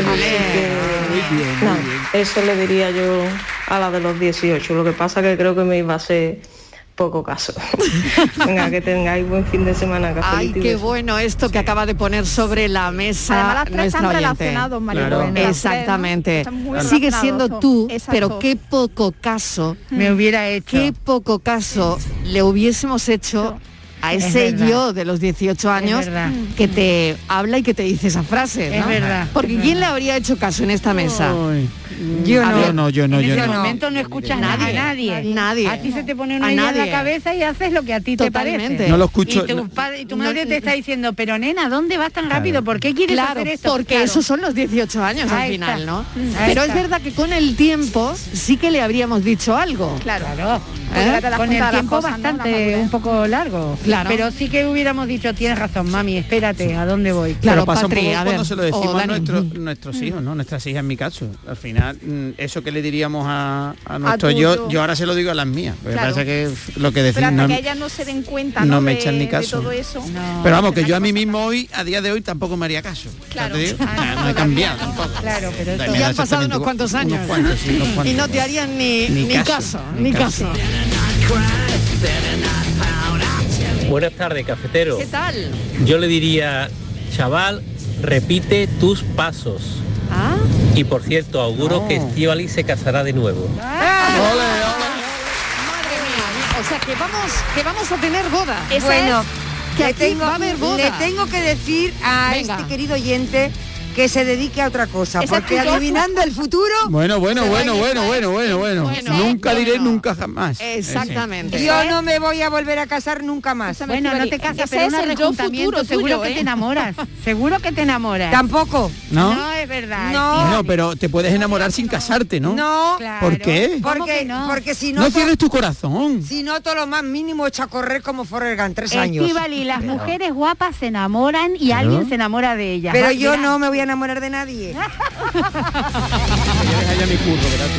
Speaker 18: eso le diría yo a la de los 18. Lo que pasa que creo que me iba a hacer poco caso. Venga, que tengáis buen fin de semana.
Speaker 11: Ay,
Speaker 18: cafelito y
Speaker 11: qué
Speaker 18: besos.
Speaker 11: bueno esto que acaba de poner sobre la mesa
Speaker 18: Además, las tres
Speaker 11: nuestra
Speaker 18: están
Speaker 11: oyente.
Speaker 18: relacionados, María Claro. Lorena. Las tres, ¿no?
Speaker 11: Exactamente.
Speaker 18: Están muy
Speaker 11: Sigue
Speaker 18: relacionados,
Speaker 11: siendo
Speaker 18: son- Mm.
Speaker 11: tú,
Speaker 18: exacto.
Speaker 11: pero qué poco caso
Speaker 14: Me hubiera hecho.
Speaker 11: Qué poco caso le hubiésemos hecho a
Speaker 14: Es
Speaker 11: ese
Speaker 14: verdad.
Speaker 11: yo de los 18 años
Speaker 14: verdad.
Speaker 11: que te habla y que te dice esa frase.
Speaker 14: Es
Speaker 11: ¿no?
Speaker 14: verdad.
Speaker 11: Porque ¿quién le habría hecho caso en esta mesa?
Speaker 28: Yo
Speaker 11: A
Speaker 28: no.
Speaker 11: ver,
Speaker 28: Ah, Yo no, yo no,
Speaker 14: en
Speaker 28: yo
Speaker 14: ese
Speaker 11: este
Speaker 28: no.
Speaker 14: momento no escuchas
Speaker 11: Nadie.
Speaker 14: a nadie.
Speaker 11: Nadie.
Speaker 14: A ti se te pone una
Speaker 11: A
Speaker 14: idea en
Speaker 11: nadie.
Speaker 14: la cabeza y haces lo que a ti te
Speaker 11: Totalmente.
Speaker 14: parece.
Speaker 11: No lo escucho,
Speaker 14: Y tu,
Speaker 11: no-
Speaker 14: padre- y tu
Speaker 11: no-
Speaker 14: madre te está diciendo, pero nena, ¿dónde vas tan rápido? ¿Por qué quieres
Speaker 11: Claro,
Speaker 14: hacer esto?
Speaker 11: porque esos son los 18 años al
Speaker 14: Ahí
Speaker 11: final,
Speaker 14: está.
Speaker 11: ¿no?
Speaker 14: Mm. Ahí
Speaker 11: Pero es
Speaker 14: está.
Speaker 11: verdad que con el tiempo sí que le habríamos dicho algo.
Speaker 14: Claro.
Speaker 11: ¿Eh?
Speaker 14: Con el tiempo bastante, un poco largo.
Speaker 11: Claro.
Speaker 14: Pero sí que hubiéramos dicho, tienes razón, mami, espérate, ¿a dónde voy?
Speaker 16: Pero pasa un poco cuando se lo decimos a nuestro- nuestros hijos, ¿no? Nuestras hijas en mi caso. Al final, mm, eso que le diríamos a, a nuestro
Speaker 12: tu
Speaker 16: yo,
Speaker 12: yo.
Speaker 16: yo ahora se lo digo a las mías. Porque
Speaker 12: Claro.
Speaker 16: pasa que f- lo que
Speaker 12: Pero
Speaker 16: decimos
Speaker 12: hasta
Speaker 16: no,
Speaker 12: que ellas no se den cuenta
Speaker 16: no
Speaker 12: ¿no?
Speaker 16: me
Speaker 12: de-
Speaker 16: echan ni
Speaker 12: de
Speaker 16: caso.
Speaker 12: todo eso.
Speaker 16: Pero vamos, que yo a mí mismo hoy, a día de hoy, tampoco me haría caso.
Speaker 12: Claro. Ah,
Speaker 16: Ya te digo, no he cambiado tampoco.
Speaker 14: Claro, pero
Speaker 16: Da-
Speaker 11: Y
Speaker 16: me da
Speaker 11: han pasado unos
Speaker 16: exactamente igual.
Speaker 11: cuantos
Speaker 16: Unos
Speaker 11: años.
Speaker 16: cuantos, sí, unos
Speaker 11: y
Speaker 16: cuantos.
Speaker 11: no te harían ni, ni caso, ni caso.
Speaker 29: Buenas tardes, cafetero.
Speaker 11: ¿Qué tal?
Speaker 29: Yo le diría, chaval, repite tus pasos.
Speaker 1: ¿Ah?
Speaker 29: Y por cierto, auguro que Estivali se casará de nuevo.
Speaker 11: Madre mía, o sea que vamos, que vamos a tener boda. Esa
Speaker 13: bueno,
Speaker 11: es, que
Speaker 13: le
Speaker 11: aquí
Speaker 13: tengo,
Speaker 11: va a haber boda.
Speaker 13: le tengo que decir a
Speaker 11: Venga.
Speaker 13: este querido oyente que se dedique a otra cosa,
Speaker 11: Esa
Speaker 13: porque
Speaker 11: es tu-
Speaker 13: adivinando el futuro...
Speaker 16: Bueno, bueno,
Speaker 13: se va a
Speaker 16: bueno, bueno, bueno, bueno, bueno, Nunca diré nunca jamás.
Speaker 13: Ese. Yo
Speaker 16: ¿Eh?
Speaker 13: no me voy a volver a casar nunca más.
Speaker 14: Bueno, no te casas, pero un arrejuntamiento, seguro que te enamoras. Seguro que te enamoras.
Speaker 13: Tampoco.
Speaker 16: ¿No?
Speaker 14: es verdad.
Speaker 16: No. pero te puedes enamorar sin casarte, ¿no?
Speaker 13: No.
Speaker 16: ¿Por qué?
Speaker 13: Porque, porque si no...
Speaker 16: No
Speaker 13: to-
Speaker 16: cierres tu corazón.
Speaker 13: Si noto lo más mínimo echa a correr como Forrest Gump, tres años.
Speaker 14: Estivali, las mujeres guapas se enamoran y
Speaker 13: Claro.
Speaker 14: alguien se enamora de ellas.
Speaker 13: Pero
Speaker 14: Ah,
Speaker 13: yo
Speaker 14: mira.
Speaker 13: no me voy a enamorar de nadie.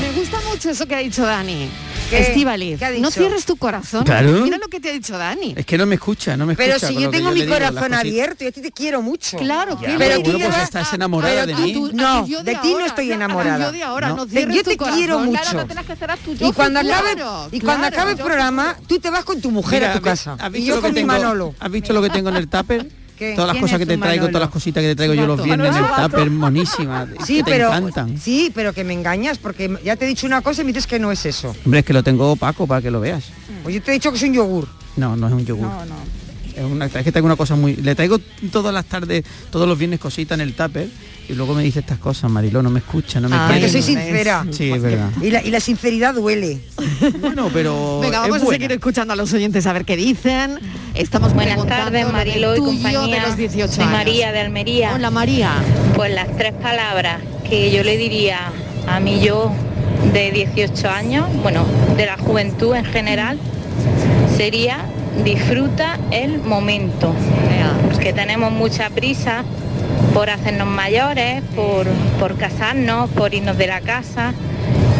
Speaker 11: Me gusta mucho eso que ha dicho Dani.
Speaker 13: ¿Qué?
Speaker 11: Estivaliz,
Speaker 13: ¿Qué ha
Speaker 11: no
Speaker 13: dicho?
Speaker 11: cierres tu corazón.
Speaker 16: Claro.
Speaker 11: Mira lo que te ha dicho Dani.
Speaker 16: Es que no me escucha, no me escucha.
Speaker 13: Pero si
Speaker 16: con
Speaker 13: yo
Speaker 16: lo que
Speaker 13: tengo
Speaker 16: le
Speaker 13: mi
Speaker 16: digo, las
Speaker 13: corazón
Speaker 16: cositas.
Speaker 13: abierto, yo a ti te quiero mucho.
Speaker 11: Claro,
Speaker 16: Ya, pero bueno, pues estás enamorada de mí.
Speaker 13: No, de ti no estoy enamorada.
Speaker 11: yo de ahora, no
Speaker 13: De-
Speaker 11: cierres
Speaker 13: yo
Speaker 11: tu
Speaker 13: te quiero
Speaker 11: corazón.
Speaker 13: mucho.
Speaker 11: Claro, no tengas que cerrar tu
Speaker 13: y
Speaker 11: yo
Speaker 13: cuando
Speaker 11: futuro.
Speaker 13: acabe
Speaker 11: Claro,
Speaker 13: y cuando
Speaker 11: claro,
Speaker 13: acabe el
Speaker 11: yo
Speaker 13: programa, tú te vas con tu mujer
Speaker 16: Mira,
Speaker 13: a tu
Speaker 16: ¿has
Speaker 13: casa
Speaker 16: vi- has
Speaker 13: y
Speaker 16: visto
Speaker 13: yo
Speaker 16: lo que
Speaker 13: con mi
Speaker 16: tengo-
Speaker 13: Manolo.
Speaker 16: ¿Has visto lo que tengo en el tupper?
Speaker 13: ¿Qué?
Speaker 16: Todas las
Speaker 13: ¿Quién
Speaker 16: cosas
Speaker 13: es
Speaker 16: que te
Speaker 13: tu
Speaker 16: traigo,
Speaker 13: Manolo?
Speaker 16: todas las cositas que te traigo yo los
Speaker 13: Gato.
Speaker 16: viernes en el
Speaker 13: Gato.
Speaker 16: tupper, monísimas.
Speaker 13: Sí,
Speaker 16: que te
Speaker 13: pero
Speaker 16: encantan.
Speaker 13: sí, pero que me engañas porque ya te he dicho una cosa y me dices que no es eso.
Speaker 16: Hombre, es que lo tengo opaco para que lo veas.
Speaker 13: Pues yo te he dicho que es un yogur.
Speaker 16: No, no es un yogur.
Speaker 13: No,
Speaker 16: Es, una, es que tengo una cosa muy... Le traigo todas las tardes, todos los viernes cositas en el tupper y luego me dice estas cosas, Mariló, no me escucha, no me
Speaker 13: Ay,
Speaker 16: quiere.
Speaker 13: Ah, que soy sincera.
Speaker 16: Sí, es verdad.
Speaker 13: Y la, y la sinceridad duele.
Speaker 16: Bueno, pero...
Speaker 11: Venga, vamos
Speaker 16: Oh, es
Speaker 11: a
Speaker 16: buena.
Speaker 11: seguir escuchando a los oyentes a ver qué dicen. Estamos
Speaker 18: Buenas tardes, Marilo y compañía.
Speaker 11: de los 18
Speaker 18: Soy
Speaker 11: años.
Speaker 18: María de Almería.
Speaker 11: Hola, María.
Speaker 18: Pues las tres palabras que yo le diría a mi yo de 18 años, bueno, de la juventud en general, sería disfruta el momento. Porque tenemos mucha prisa por hacernos mayores, por, por casarnos, por irnos de la casa.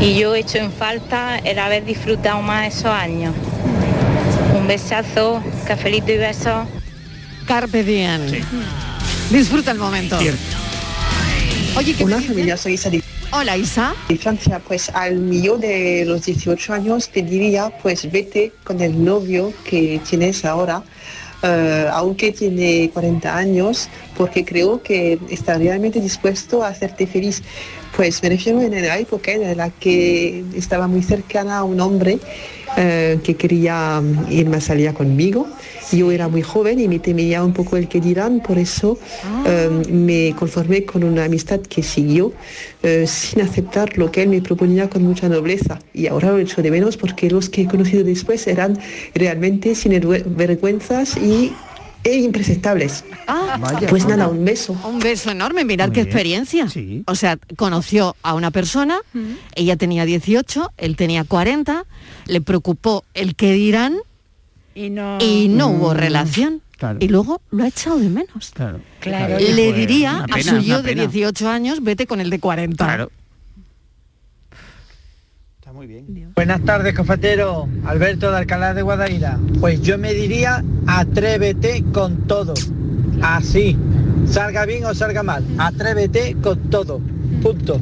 Speaker 18: Y yo he hecho en falta el haber disfrutado más esos años. Un besazo, cafelito y besos.
Speaker 11: Carpe diem. Disfruta el momento. Oye, ¿qué
Speaker 30: Hola, familia, soy Isa de,
Speaker 11: Hola, Isa.
Speaker 30: de Francia. Pues al mío de los 18 años te diría, pues vete con el novio que tienes ahora, eh, aunque tiene 40 años, porque creo que está realmente dispuesto a hacerte feliz. Pues me refiero en la época en la que estaba muy cercana a un hombre eh, que quería mm, ir más allá conmigo. Yo era muy joven y me temía un poco el que dirán, por eso
Speaker 23: Ah.
Speaker 30: eh, me conformé con una amistad que siguió eh, sin aceptar lo que él me proponía con mucha nobleza. Y ahora lo echo de menos porque los que he conocido después eran realmente sin erue- vergüenzas y, e impresentables. pues nada, un beso.
Speaker 11: Ah, Un beso enorme, mirad qué experiencia. O sea, conoció a una persona, ella tenía 18, él tenía 40, le preocupó el que dirán
Speaker 14: Y no.
Speaker 11: y no hubo
Speaker 14: Mm.
Speaker 11: relación. Y luego pues, lo ha echado de menos.
Speaker 16: Claro.
Speaker 14: Claro.
Speaker 11: Le
Speaker 14: Joder,
Speaker 11: diría
Speaker 14: una
Speaker 11: a
Speaker 14: pena,
Speaker 11: su
Speaker 14: una
Speaker 11: yo de
Speaker 14: pena.
Speaker 11: 18 años, vete con el de 40.
Speaker 6: Buenas tardes, cafetero. Alberto de Alcalá de Guadaira. Pues yo me diría, atrévete con todo. Así. Salga bien o salga mal. Atrévete con todo. Punto.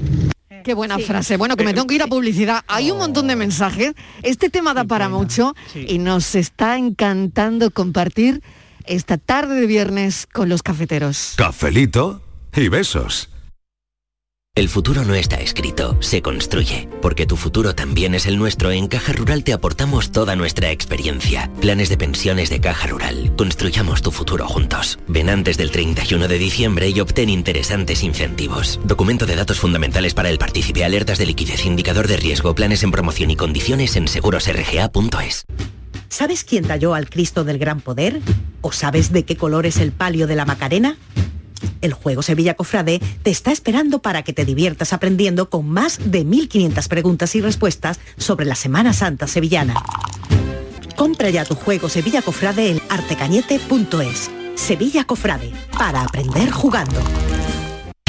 Speaker 11: Qué buena frase. Bueno, que me tengo que ir
Speaker 14: eh,
Speaker 11: a publicidad. Hay
Speaker 14: oh.
Speaker 11: un montón de mensajes. Este tema da para mucho y nos está encantando compartir esta tarde de viernes con los cafeteros.
Speaker 31: Cafelito y besos.
Speaker 32: El futuro no está escrito, se construye, porque tu futuro también es el nuestro. En Caja Rural te aportamos toda nuestra experiencia. Planes de pensiones de Caja Rural. Construyamos tu futuro juntos. Ven antes del 31 de diciembre y obtén interesantes incentivos. Documento de datos fundamentales para el partícipe, alertas de liquidez, indicador de riesgo, planes en promoción y condiciones en segurosrga.es. ¿Sabes quién talló al Cristo del Gran Poder? ¿O sabes de qué color es el palio de la Macarena? El juego Sevilla Cofrade te está esperando para que te diviertas aprendiendo con más de 1.500 preguntas y respuestas sobre la Semana Santa Sevillana. Compra ya tu juego Sevilla Cofrade en artecañete.es. Sevilla Cofrade, para aprender jugando.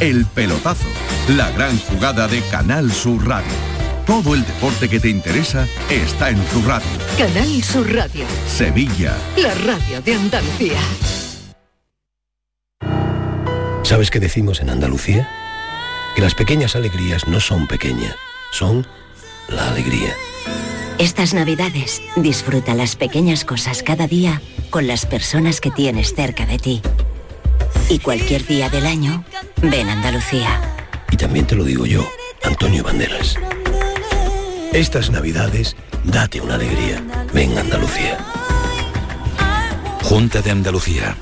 Speaker 7: El pelotazo. La gran jugada de Canal Sur Radio. Todo el deporte que te interesa está en tu radio.
Speaker 6: Canal Sur Radio,
Speaker 7: Sevilla.
Speaker 6: la radio de Andalucía.
Speaker 8: ¿Sabes qué decimos en Andalucía? Que las pequeñas alegrías no son pequeñas, son la alegría.
Speaker 4: Estas navidades, disfruta las pequeñas cosas cada día con las personas que tienes cerca de ti. Y cualquier día del año, ven a Andalucía.
Speaker 8: Y también te lo digo yo, Antonio Banderas. Estas navidades, date una alegría. Ven a Andalucía. Junta de Andalucía.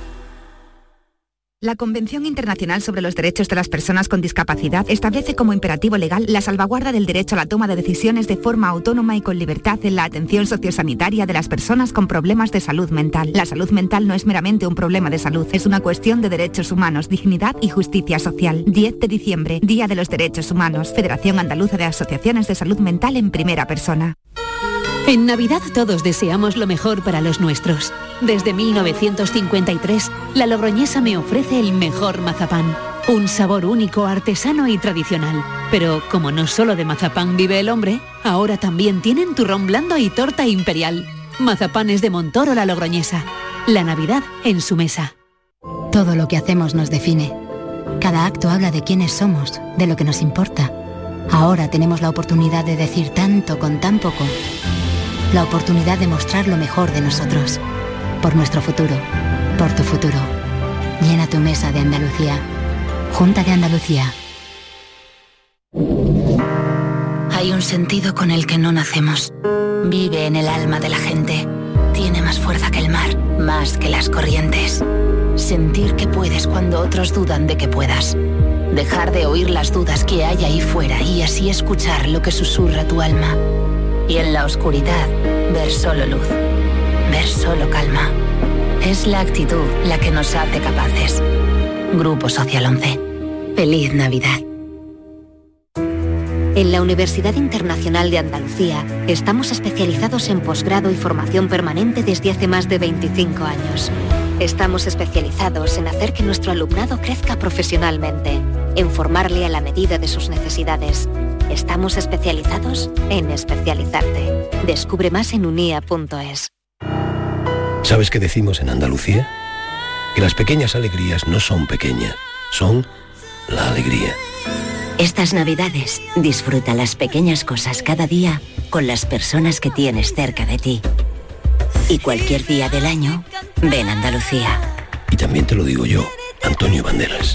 Speaker 15: La Convención Internacional sobre los Derechos de las Personas con Discapacidad establece como imperativo legal la salvaguarda del derecho a la toma de decisiones de forma autónoma y con libertad en la atención sociosanitaria de las personas con problemas de salud mental. La salud mental no es meramente un problema de salud, es una cuestión de derechos humanos, dignidad y justicia social. 10 de diciembre, Día de los Derechos Humanos, Federación Andaluza de Asociaciones de Salud Mental en primera persona.
Speaker 19: En Navidad todos deseamos lo mejor para los nuestros. Desde 1953, la Logroñesa me ofrece el mejor mazapán. Un sabor único, artesano y tradicional. Pero como no solo de mazapán vive el hombre, ahora también tienen turrón blando y torta imperial. Mazapanes de Montoro la Logroñesa. La Navidad en su mesa.
Speaker 5: Todo lo que hacemos nos define. Cada acto habla de quiénes somos, de lo que nos importa. Ahora tenemos la oportunidad de decir tanto con tan poco. La oportunidad de mostrar lo mejor de nosotros. Por nuestro futuro. Por tu futuro. Llena tu mesa de Andalucía. Junta de Andalucía.
Speaker 4: Hay un sentido con el que no nacemos. Vive en el alma de la gente. Tiene más fuerza que el mar, más que las corrientes. Sentir que puedes cuando otros dudan de que puedas. Dejar de oír las dudas que hay ahí fuera y así escuchar lo que susurra tu alma. Y en la oscuridad, ver solo luz, ver solo calma. Es la actitud la que nos hace capaces. Grupo Social 11. Feliz Navidad.
Speaker 20: En la Universidad Internacional de Andalucía estamos especializados en posgrado y formación permanente desde hace más de 25 años. Estamos especializados en hacer que nuestro alumnado crezca profesionalmente, en formarle a la medida de sus necesidades. Estamos especializados en especializarte. Descubre más en unia.es.
Speaker 8: ¿Sabes qué decimos en Andalucía? Que las pequeñas alegrías no son pequeñas, son la alegría.
Speaker 4: Estas navidades, disfruta las pequeñas cosas cada día con las personas que tienes cerca de ti. Y cualquier día del año, ven a Andalucía.
Speaker 8: Y también te lo digo yo, Antonio Banderas.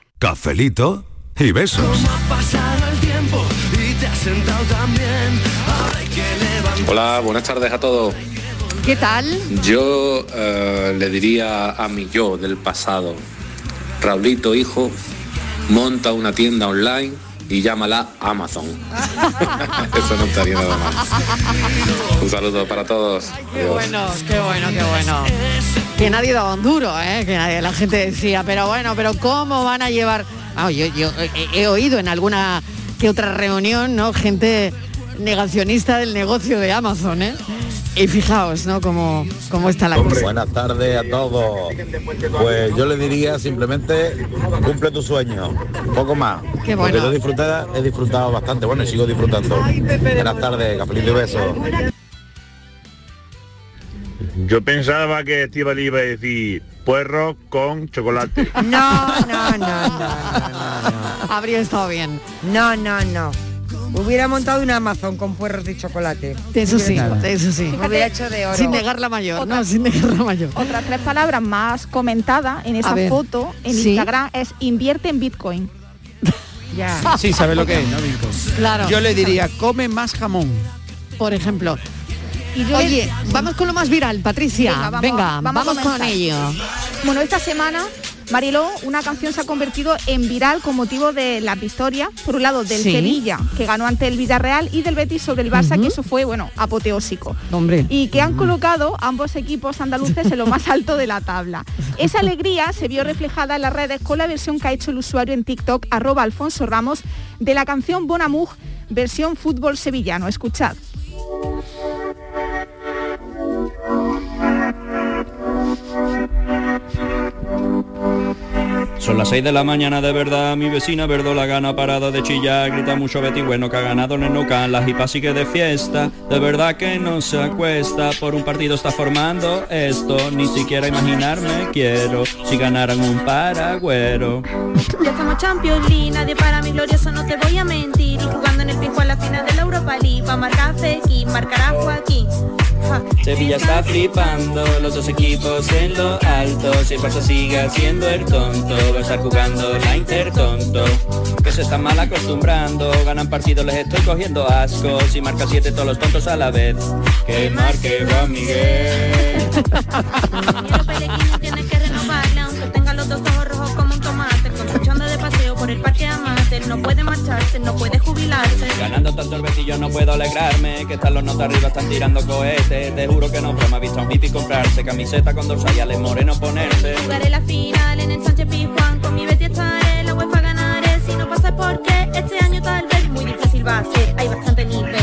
Speaker 33: Cafelito y besos.
Speaker 1: pasado el tiempo y te has sentado también. Ahora hay que levantar.
Speaker 24: Hola, buenas tardes a todos.
Speaker 11: ¿Qué tal?
Speaker 24: Yo eh, le diría a mi yo del pasado, Raulito hijo, monta una tienda online y llámala Amazon. Eso no estaría nada mal. Un saludo para todos.
Speaker 11: Qué bueno, qué bueno, qué bueno. Que nadie daba un duro, ¿eh? que nadie, la gente decía, pero bueno, pero ¿cómo van a llevar? Ah, yo, yo he, he oído en alguna que otra reunión, ¿no? Gente negacionista del negocio de Amazon, ¿eh? Y fijaos, ¿no? Cómo, cómo está la cosa.
Speaker 34: Buenas tardes a todos. Pues yo le diría simplemente cumple tu sueño, poco más.
Speaker 11: Qué bueno.
Speaker 34: Porque yo disfruté, he disfrutado bastante, bueno, y sigo disfrutando. Buenas tardes, cafelito y besos.
Speaker 22: Yo pensaba que Estival iba a decir puerro con chocolate.
Speaker 13: No, no, no, no.
Speaker 11: Habría estado bien.
Speaker 13: No, no, no. Hubiera montado un Amazon con puerros de chocolate.
Speaker 11: Eso sí,
Speaker 13: Hubiera-
Speaker 11: eso sí.
Speaker 13: Hubiera hecho de oro.
Speaker 11: Sin negar la mayor, no, sin negar la mayor.
Speaker 12: Otras tres palabras más comentadas en
Speaker 11: A
Speaker 12: esa
Speaker 11: ver.
Speaker 12: foto en
Speaker 11: Sí.
Speaker 12: Instagram es invierte en Bitcoin.
Speaker 11: Ya.
Speaker 16: Sí, sabes lo que es, ¿no, Vinco?
Speaker 11: Claro.
Speaker 16: Yo le diría, come más jamón.
Speaker 11: Por ejemplo.
Speaker 12: Y yo-
Speaker 11: Oye, vamos con lo más viral, Patricia. Venga, vamos,
Speaker 12: a
Speaker 11: con
Speaker 12: comenzar.
Speaker 11: ello.
Speaker 12: Bueno, esta semana Mariló, una canción se ha convertido en viral con motivo de las victorias, por un lado del
Speaker 3: Sí.
Speaker 12: Sevilla, que ganó ante el Villarreal, y del Betis sobre el Barça, que eso fue, bueno, apoteósico.
Speaker 3: Hombre.
Speaker 12: Y que han colocado ambos equipos andaluces en lo más alto de la tabla. Esa alegría se vio reflejada en las redes con la versión que ha hecho el usuario en TikTok, arroba Alfonso Ramos, de la canción Bonamug, versión fútbol sevillano. Escuchad.
Speaker 29: Son las 6 de la mañana de verdad, mi vecina Verdola gana parada de chillar, grita mucho Betty bueno que ha ganado en el Nou Camp, la jipa sigue de fiesta, de verdad que no se acuesta, por un partido está formando esto, ni siquiera imaginarme quiero, si ganaran un paragüero.
Speaker 14: Ya estamos Champions League, nadie para mi glorioso, no te voy a mentir. Y jugando en el pijo a la final de la Europa League, va a marcar Fekir, marcará Joaquín. Ja.
Speaker 29: Sevilla está flipando, los dos equipos en lo alto. Si el Barça sigue haciendo el tonto, va a estar jugando la Inter tonto. Que se están mal acostumbrando, ganan partidos, les estoy cogiendo asco. Si marca siete todos los tontos a la vez. Que marque Juan Miguel.
Speaker 14: Tienes que renovarla, aunque tenga los dos ojos rojos como un tomate. Con su chanda de paseo por el parque Amate, no puede marcharse, no puede jubilarse.
Speaker 29: Ganando tanto el Betis yo no puedo alegrarme Que están los notas arriba, están tirando cohetes Te juro que no, pero me ha visto a un hippie comprarse Camiseta con dorsal y a Les Moreno ponerse
Speaker 14: Jugaré la final en el Sánchez Pizjuán, con mi Betty estaré, la UEFA ganaré. Si no pasa porque este año tal vez muy difícil va a ser, hay bastante nivel.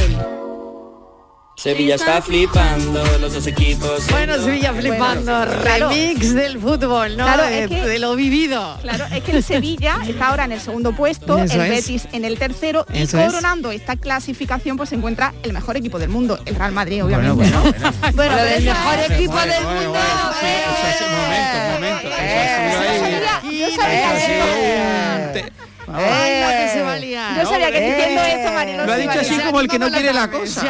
Speaker 29: Sevilla está flipando, los dos equipos
Speaker 11: Bueno, Sevilla flipando,
Speaker 14: claro.
Speaker 11: remix del fútbol, ¿no?
Speaker 12: Claro,
Speaker 11: de,
Speaker 12: es que-
Speaker 11: de lo vivido.
Speaker 12: Claro, es que el Sevilla está ahora en el segundo puesto,
Speaker 11: Eso
Speaker 12: el
Speaker 11: es.
Speaker 12: Betis en el tercero
Speaker 11: Eso
Speaker 12: y
Speaker 11: es.
Speaker 12: coronando esta clasificación pues se encuentra el mejor equipo del mundo, el Real Madrid, obviamente.
Speaker 16: bueno,
Speaker 12: ¿no?
Speaker 11: Bueno,
Speaker 12: pero
Speaker 11: del
Speaker 12: eso
Speaker 11: mejor
Speaker 12: es-
Speaker 11: equipo del
Speaker 12: mundo.
Speaker 11: Yo sabía que se valía.
Speaker 12: Yo sabía que diciendo esto, Marilo,
Speaker 16: Lo ha dicho así como el que no quiere la cosa.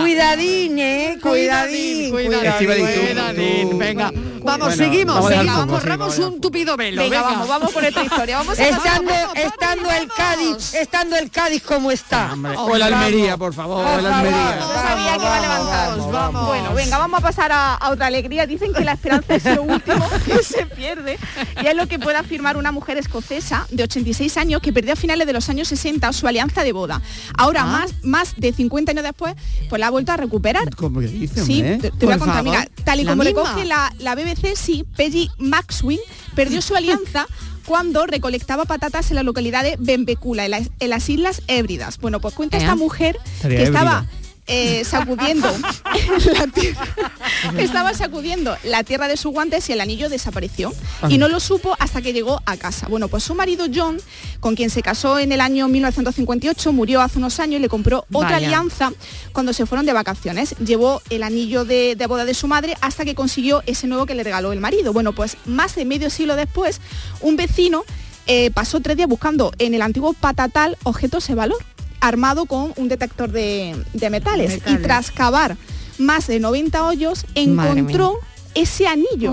Speaker 13: Cuidadín, eh, cuidadín. cuidadín.
Speaker 16: Estíbaliz, tú- tú-
Speaker 11: Venga, vamos,
Speaker 16: Bueno,
Speaker 11: seguimos,
Speaker 16: vamos a
Speaker 11: seguimos,
Speaker 16: dejar el fútbol,
Speaker 11: corramos
Speaker 16: sí, vamos a dejar el
Speaker 11: un tupido velo.
Speaker 12: Venga, vamos, vamos por esta historia, vamos a-
Speaker 13: Estando, estando el Cádiz, estando el Cádiz como está.
Speaker 16: Ah,
Speaker 12: Oh,
Speaker 16: O el Almería, por favor, o el Almería.
Speaker 12: Yo sabía que iba a levantar. Bueno, venga, vamos a pasar a, a otra alegría. Dicen que la esperanza es lo último que se pierde. Y es lo que puede afirmar una mujer escocesa de 86 años que perdió a finales de los años 60 su alianza de boda. Ahora,
Speaker 3: Ah.
Speaker 12: más, más de 50 años después, pues la ha vuelto a recuperar.
Speaker 16: ¿Cómo que dice,
Speaker 12: Sí,
Speaker 16: hombre?
Speaker 12: te, te voy a
Speaker 16: Por
Speaker 12: contar,
Speaker 16: favor.
Speaker 12: mira, tal y
Speaker 16: ¿La
Speaker 12: como le
Speaker 16: misma?
Speaker 12: coge la, la BBC, sí, Peggy Maxwell perdió su alianza cuando recolectaba patatas en la localidad de Benbecula, en, las- en las Islas Hébridas. Bueno, pues cuenta esta mujer
Speaker 3: Estaría
Speaker 12: que
Speaker 3: híbrida.
Speaker 12: estaba eh, sacudiendo la tierra, estaba sacudiendo la tierra de sus guantes y el anillo desapareció y no lo supo hasta que llegó a casa. Bueno, pues su marido John, con quien se casó en el año 1958, murió hace unos años y le compró otra
Speaker 3: Vaya.
Speaker 12: alianza cuando se fueron de vacaciones. Llevó el anillo de, de boda de su madre hasta que consiguió ese nuevo que le regaló el marido. Bueno, pues más de medio siglo después, un vecino eh, pasó tres días buscando en el antiguo patatal objetos de valor, armado con un detector de, de metales.
Speaker 3: Metales.
Speaker 12: Y tras cavar más de 90 hoyos, encontró ese anillo.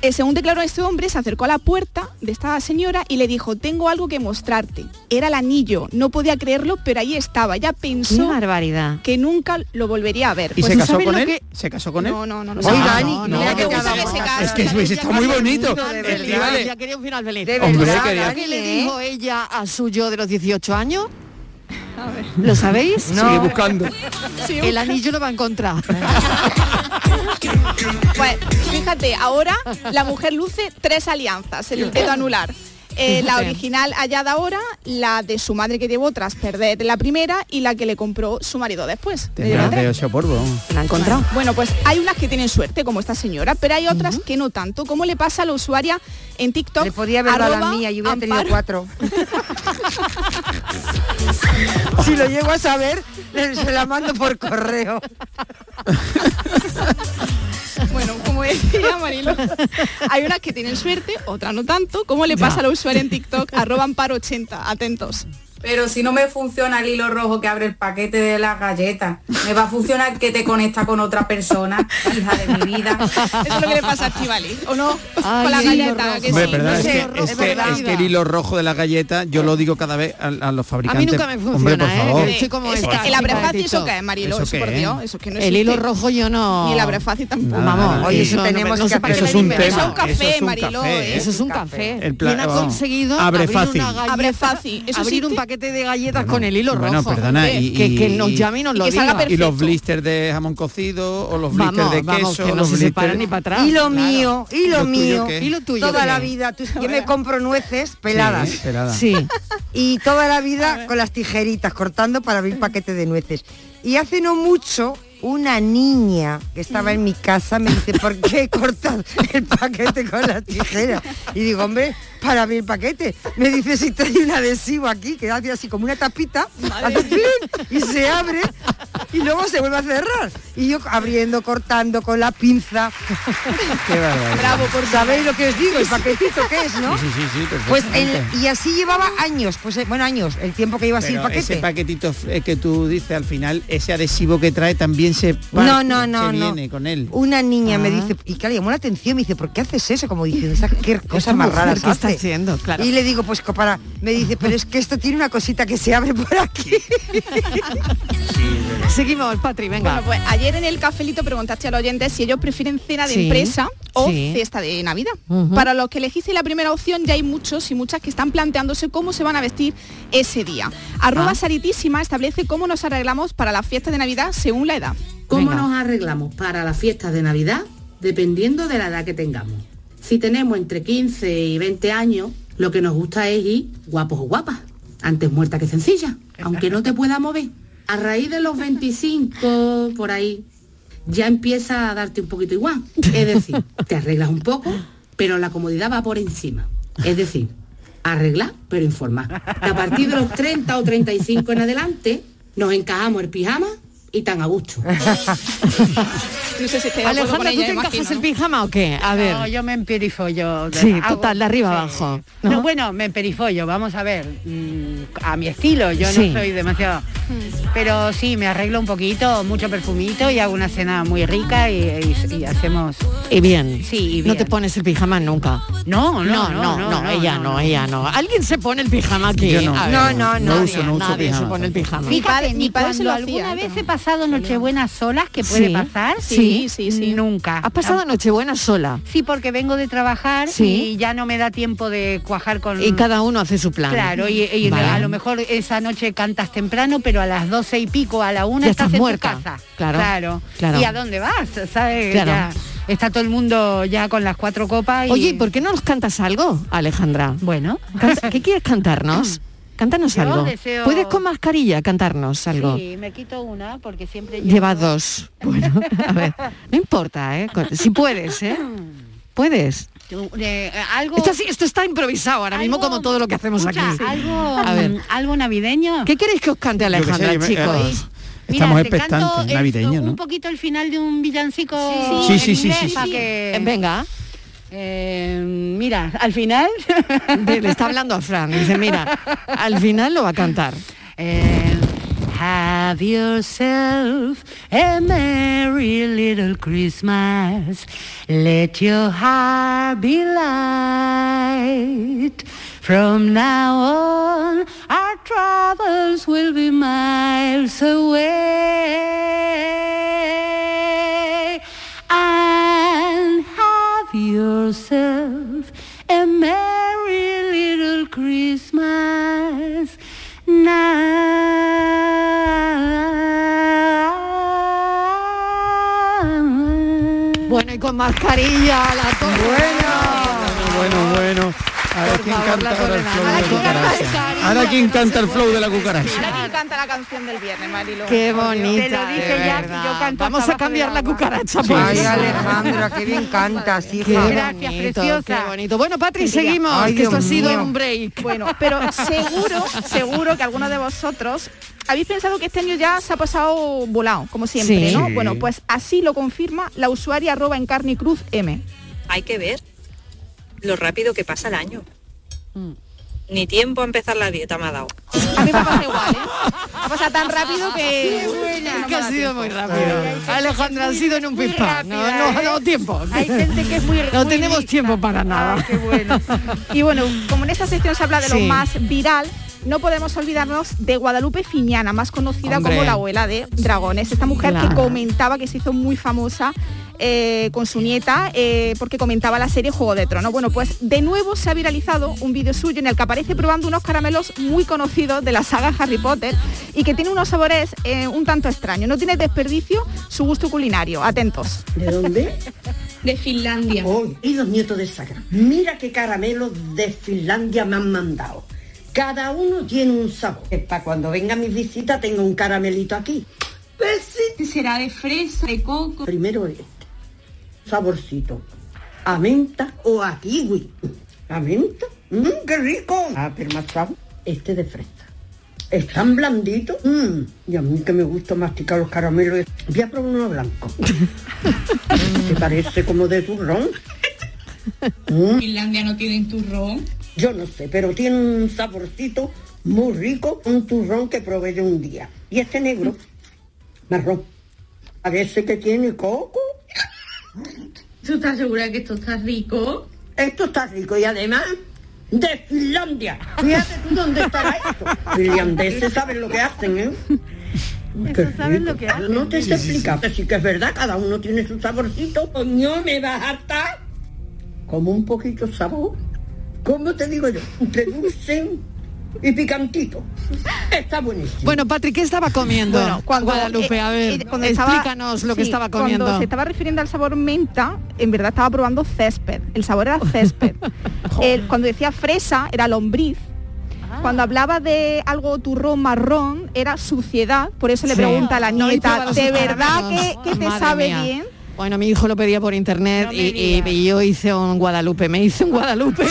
Speaker 12: Eh, según declaró este hombre, se acercó a la puerta de esta señora y le dijo, tengo algo que mostrarte. Era el anillo, no podía creerlo, pero ahí estaba. Ya pensó
Speaker 11: Qué barbaridad.
Speaker 12: que nunca lo volvería a ver.
Speaker 16: ¿Y
Speaker 12: Pues
Speaker 16: se
Speaker 12: ¿tú
Speaker 16: casó
Speaker 12: sabes
Speaker 16: con
Speaker 12: lo
Speaker 16: él?
Speaker 12: que-
Speaker 16: ¿Se casó con él?
Speaker 12: No, no, no, no.
Speaker 16: Oye,
Speaker 12: se casó.
Speaker 16: Dani,
Speaker 12: No, no
Speaker 16: mira que
Speaker 12: te gusta
Speaker 16: acabamos.
Speaker 12: que se case.
Speaker 16: Es que es- está muy bonito.
Speaker 11: De verdad,
Speaker 16: Festivales.
Speaker 11: Ya quería un final feliz.
Speaker 16: De Hombre, verdad, quería-
Speaker 11: ¿Qué le
Speaker 16: Dani, ¿eh?
Speaker 11: dijo ella a su yo de los 18 años? ¿Lo sabéis?
Speaker 16: No. Sigue buscando.
Speaker 11: El anillo lo va a encontrar.
Speaker 12: Pues fíjate, ahora la mujer luce tres alianzas, el intento anular. Eh, la
Speaker 3: Fíjate.
Speaker 12: original hallada ahora, la de su madre que llevó tras perder la primera y la que le compró su marido después. Le llevó
Speaker 16: Tendrá
Speaker 12: tres.
Speaker 16: de ocho polvo.
Speaker 11: La ha encontrado.
Speaker 12: Bueno, pues hay unas que tienen suerte, como esta señora, pero hay otras que no tanto. ¿Cómo le pasa a la usuaria en TikTok? Le podía
Speaker 13: haber dado la mía, yo hubiera tenido
Speaker 12: cuatro.
Speaker 13: Si lo llego a saber, le- se la mando por correo.
Speaker 12: Bueno, como decía Marilo, hay unas que tienen suerte, otras no tanto. ¿Cómo le pasa a la usuaria en TikTok? Arroba amparo 80, atentos.
Speaker 18: Pero si no me funciona el hilo rojo que abre el paquete de las galletas, me va a funcionar que te conecta con otra persona, hija de mi vida. Eso
Speaker 12: es lo que le pasa a Estivali, ¿o no? con la
Speaker 18: sí,
Speaker 12: galleta, que
Speaker 16: Hombre,
Speaker 12: sí.
Speaker 16: perdona,
Speaker 12: No
Speaker 16: es,
Speaker 12: sé,
Speaker 16: que, es que-
Speaker 12: verdad.
Speaker 16: es que el hilo rojo de la galleta, yo lo digo cada vez a, a los fabricantes.
Speaker 11: nunca me
Speaker 16: Hombre, por
Speaker 11: funciona, ¿eh?
Speaker 16: favor.
Speaker 11: Yo soy como
Speaker 16: Por
Speaker 11: esta,
Speaker 16: favor.
Speaker 12: El abrefaz y
Speaker 11: Patito.
Speaker 12: eso que es, Marilo,
Speaker 16: ¿Eso
Speaker 12: eso, por
Speaker 16: qué es?
Speaker 12: Dios, eso que no
Speaker 11: El hilo
Speaker 12: existe.
Speaker 11: rojo yo no.
Speaker 12: Ni el abrefácil tampoco.
Speaker 16: Nada, Vamos, nada. oye,
Speaker 11: eso tenemos que
Speaker 16: Eso es un tema. eso es un café, ¿eh?
Speaker 11: Eso es un café.
Speaker 16: El pla-
Speaker 11: ¿Quién ha
Speaker 16: vamos,
Speaker 11: conseguido
Speaker 16: abre
Speaker 11: abrir
Speaker 16: fácil.
Speaker 11: una galleta,
Speaker 12: Abre fácil. ¿Eso
Speaker 11: abrir un
Speaker 12: existe?
Speaker 11: paquete de galletas con el hilo rojo?
Speaker 16: Bueno, perdona, y,
Speaker 11: que,
Speaker 16: y-
Speaker 11: que nos llame y nos lo diga.
Speaker 16: Y los blisters de jamón cocido, o los blisters
Speaker 11: Vamos,
Speaker 16: de queso,
Speaker 11: vamos, que no
Speaker 16: los
Speaker 11: se
Speaker 16: blisters-
Speaker 11: separan ni para atrás.
Speaker 13: Y lo mío, y lo,
Speaker 16: ¿Lo tuyo
Speaker 13: mío,
Speaker 16: qué? ¿Y lo tuyo
Speaker 13: toda
Speaker 16: qué?
Speaker 13: la vida. Tú- yo me compro nueces peladas.
Speaker 16: Sí, ¿eh? peladas. Sí.
Speaker 13: Y toda la vida con las tijeritas cortando para abrir paquetes de nueces. Y hace no mucho una niña que estaba en mi casa me dice, ¿por qué cortas el paquete con las tijeras? Y digo, hombre, para abrir el paquete. Me dice, si trae un adhesivo aquí, que hace así como una tapita, hace plin, y se abre y luego se vuelve a cerrar. Y yo abriendo, cortando con la pinza.
Speaker 16: Qué barbaridad.
Speaker 13: Bravo, por sabéis lo que os digo, el paquetito que es, ¿no?
Speaker 16: Sí, sí, sí, sí,
Speaker 13: Pues
Speaker 16: perfectamente.
Speaker 13: el- y así llevaba años, pues eh, bueno, años, el tiempo que iba así el
Speaker 16: Pero ese
Speaker 13: paquete.
Speaker 16: paquetito eh, que tú dices al final, ese adhesivo que trae también se parte,
Speaker 13: No, no, no,
Speaker 16: se
Speaker 13: no.
Speaker 16: viene con él.
Speaker 13: Una niña me
Speaker 16: Ah.
Speaker 13: dice, y que le llamó la atención, me dice, ¿por qué haces eso? Como diciendo, esas qué cosas más
Speaker 11: mujer,
Speaker 13: raras
Speaker 11: ¿qué está
Speaker 13: hace?".
Speaker 11: haciendo? Claro.
Speaker 13: Y le digo, pues co- para, me dice, pero es que esto tiene una cosita que se abre por aquí.
Speaker 11: Seguimos, Patri, venga.
Speaker 12: Bueno, pues ayer en el cafelito preguntaste a los oyentes si ellos prefieren cena de
Speaker 11: Sí,
Speaker 12: empresa o
Speaker 11: sí.
Speaker 12: fiesta de Navidad. Para los que elegís la primera opción, ya hay muchos y muchas que están planteándose cómo se van a vestir ese día. Arroba
Speaker 14: Ah.
Speaker 12: Saritísima establece cómo nos arreglamos para la fiesta de Navidad según la edad.
Speaker 14: ¿Cómo nos arreglamos para las fiestas de Navidad? Dependiendo de la edad que tengamos. Si tenemos entre 15 y 20 años, lo que nos gusta es ir guapos o guapas. Antes muerta que sencilla, aunque no te pueda mover. A raíz de los 25, por ahí, ya empieza a darte un poquito igual. Es decir, te arreglas un poco, pero la comodidad va por encima. Es decir, arreglar, pero informar. A partir de los 30 o 35 en adelante, nos encajamos el pijama y tan a gusto.
Speaker 12: No sé si estoy de acuerdo
Speaker 11: Alejandra,
Speaker 12: con
Speaker 11: ¿tú
Speaker 12: ella,
Speaker 11: te
Speaker 12: imagino,
Speaker 11: encajas el
Speaker 12: ¿no?
Speaker 11: pijama o qué? A ver.
Speaker 35: No, yo me emperifollo.
Speaker 11: Sí,
Speaker 35: Hago-
Speaker 11: total, de arriba
Speaker 35: sí.
Speaker 11: abajo.
Speaker 35: No,
Speaker 11: ¿no?
Speaker 35: bueno, me emperifollo, vamos a ver. mm, a mi estilo, yo
Speaker 11: Sí.
Speaker 35: no soy demasiado. Pero sí, me arreglo un poquito, mucho perfumito y hago una cena muy rica y, y- y hacemos.
Speaker 11: Y bien.
Speaker 35: Sí, y
Speaker 11: No
Speaker 35: bien.
Speaker 11: te pones el pijama nunca.
Speaker 35: No,
Speaker 11: no, no, no, ella no, ella no. ¿Alguien se pone el pijama aquí?
Speaker 35: Yo no.
Speaker 11: A
Speaker 35: No, no, no
Speaker 11: nadie,
Speaker 35: uso, no uso
Speaker 11: nadie se
Speaker 35: pijama.
Speaker 11: pone el pijama.
Speaker 35: Mi padre,
Speaker 12: mi padre se
Speaker 35: cuando
Speaker 12: lo hacía,
Speaker 35: alguna vez he pasado Nochebuena solas, que puede
Speaker 11: Sí.
Speaker 35: pasar,
Speaker 11: Sí,
Speaker 35: nunca.
Speaker 11: ¿Has pasado Nochebuena sola?
Speaker 35: Sí, porque vengo de trabajar
Speaker 11: Sí.
Speaker 35: y ya no me da tiempo de cuajar con...
Speaker 11: Y cada uno hace su plan.
Speaker 35: Mm. Claro, y, y
Speaker 11: Vale.
Speaker 35: a lo mejor esa noche cantas temprano, pero a las doce y pico, a la una
Speaker 11: Ya
Speaker 35: estás,
Speaker 11: estás
Speaker 35: en
Speaker 11: muerta.
Speaker 35: tu casa.
Speaker 11: Claro,
Speaker 35: claro.
Speaker 11: claro.
Speaker 35: ¿Y a dónde vas? ¿Sabes?
Speaker 11: Claro.
Speaker 35: Ya está todo el mundo ya con las cuatro copas y...
Speaker 11: Oye, ¿y ¿por qué no nos cantas algo, Alejandra?
Speaker 35: Bueno.
Speaker 11: ¿Qué quieres cantarnos? Cántanos
Speaker 35: Yo
Speaker 11: algo.
Speaker 35: deseo-
Speaker 11: ¿Puedes con mascarilla cantarnos algo?
Speaker 35: Sí, me quito una porque siempre llevo-
Speaker 11: Llevas dos. Bueno, a ver. No importa, ¿eh? Con- Si puedes, ¿eh? ¿Puedes?
Speaker 35: Tú, eh, algo...
Speaker 11: Esto, sí- esto está improvisado ahora mismo como todo lo que hacemos
Speaker 35: Escucha,
Speaker 11: aquí.
Speaker 35: Algo, mm,
Speaker 11: A ver.
Speaker 35: algo navideño.
Speaker 11: ¿Qué queréis que os cante
Speaker 16: Yo qué sé,
Speaker 11: Alejandra,
Speaker 16: yo me-
Speaker 11: chicos?
Speaker 16: Estamos
Speaker 35: te canto
Speaker 16: expectantes,
Speaker 35: el-
Speaker 16: navideño,
Speaker 35: Un
Speaker 16: ¿no?
Speaker 35: poquito el final de un villancico.
Speaker 16: Sí,
Speaker 35: en
Speaker 16: sí, sí,
Speaker 35: inglés
Speaker 16: sí, sí.
Speaker 35: pa' que-
Speaker 11: Eh, Venga,
Speaker 35: Eh, mira, al final.
Speaker 11: le le está hablando a Fran. Dice, mira, al final lo va a cantar.
Speaker 35: eh, Have yourself a merry little Christmas. Let your heart be light. From now on, our troubles will be miles away. And have yourself a merry little Christmas now.
Speaker 11: Bueno, y con mascarilla, la to-
Speaker 16: Ah, Bueno, bueno. Ahora quién canta ahora el flow de la cucaracha. Ahora quién canta el flow de la cucaracha.
Speaker 12: Ahora que encanta la canción del viernes, Marilo.
Speaker 11: Qué
Speaker 12: Por Dios.
Speaker 11: bonita, de verdad. Vamos a cambiar la cucaracha. por
Speaker 13: Ay,
Speaker 11: eso.
Speaker 13: Alejandra, qué bien cantas, hija.
Speaker 11: Qué bonito, Qué bonito. Bueno, Patri, seguimos. que esto ha sido un break.
Speaker 12: Bueno, pero seguro, seguro que algunos de vosotros habéis pensado que este año ya se ha pasado volado, como siempre,
Speaker 36: Sí.
Speaker 12: ¿no?
Speaker 36: Sí.
Speaker 12: Bueno, pues así lo confirma la usuaria arroba en carne y cruz M.
Speaker 36: Hay que ver lo rápido que pasa el año.
Speaker 17: Ni tiempo a empezar la dieta me ha dado.
Speaker 30: A mí me pasa igual, ¿eh? Ha pasado tan rápido que...
Speaker 11: Qué buena.
Speaker 30: No
Speaker 11: Que
Speaker 30: me
Speaker 11: ha
Speaker 30: da
Speaker 11: sido
Speaker 30: tiempo.
Speaker 11: muy rápido. Alejandra, ha sido en un pispán. No, no ha dado tiempo. ¿eh? Hay gente que es muy No tenemos tiempo para nada.
Speaker 12: Y bueno, como en esta sección se habla de
Speaker 11: Sí.
Speaker 12: lo más viral, no podemos olvidarnos de Guadalupe Fiñana, más conocida
Speaker 30: Hombre.
Speaker 12: como la abuela de dragones. Esta mujer que
Speaker 30: Claro.
Speaker 12: comentaba que se hizo muy famosa eh, con su nieta eh, porque comentaba la serie Juego de Tronos. Bueno, pues de nuevo se ha viralizado un vídeo suyo en el que aparece probando unos caramelos muy conocidos de la saga Harry Potter y que tiene unos sabores eh, un tanto extraños. No tiene desperdicio su gusto culinario. Atentos.
Speaker 23: ¿De dónde? De Finlandia. y los nietos de Sagra. Mira qué caramelos de Finlandia me han mandado. Cada uno tiene un sabor. Para cuando venga mis visitas tengo un caramelito aquí. Será de fresa, de coco. Primero este. Saborcito. A menta o a kiwi. A menta. Mmm, qué rico. Ah, pero más sabor. Este de fresa. Es tan blandito. Mm, Y a mí que me gusta masticar los caramelos. Voy a probar uno blanco. que parece como de turrón. Mm.
Speaker 26: Finlandia no tienen turrón.
Speaker 23: Yo no sé, pero tiene un saborcito muy rico, un turrón que probé yo un día. Y este negro, marrón, parece que tiene coco. ¿Tú estás segura que esto está rico? Esto está rico y además de Finlandia. Fíjate tú dónde estará esto. Finlandeses saben lo que hacen, ¿eh? Qué rico. No te sé explicar, sí que es verdad, cada uno tiene su saborcito. Coño, me vas a hartar. Como un poquito sabor. ¿Cómo te digo yo? Entre dulce y picantito. Está buenísimo.
Speaker 11: Bueno, Patrick, ¿qué estaba comiendo?
Speaker 12: Bueno, cuando,
Speaker 11: Guadalupe,
Speaker 12: eh,
Speaker 11: a ver,
Speaker 12: eh, cuando estaba-
Speaker 11: explícanos lo que
Speaker 12: sí,
Speaker 11: estaba comiendo.
Speaker 12: Cuando se estaba refiriendo al sabor menta, en verdad estaba probando césped. El sabor era césped. El- cuando decía fresa, era lombriz.
Speaker 11: Ah.
Speaker 12: Cuando hablaba de algo turrón marrón, era suciedad. Por eso le
Speaker 11: Sí.
Speaker 12: pregunta a la
Speaker 11: No, y
Speaker 12: nieta,
Speaker 11: para los
Speaker 12: ¿de verdad que,
Speaker 11: caramelos.
Speaker 12: que te
Speaker 11: Madre
Speaker 12: sabe
Speaker 11: mía.
Speaker 12: bien?
Speaker 11: Bueno, mi hijo lo pedía por internet y, y- y yo hice un Guadalupe, me hice un Guadalupe.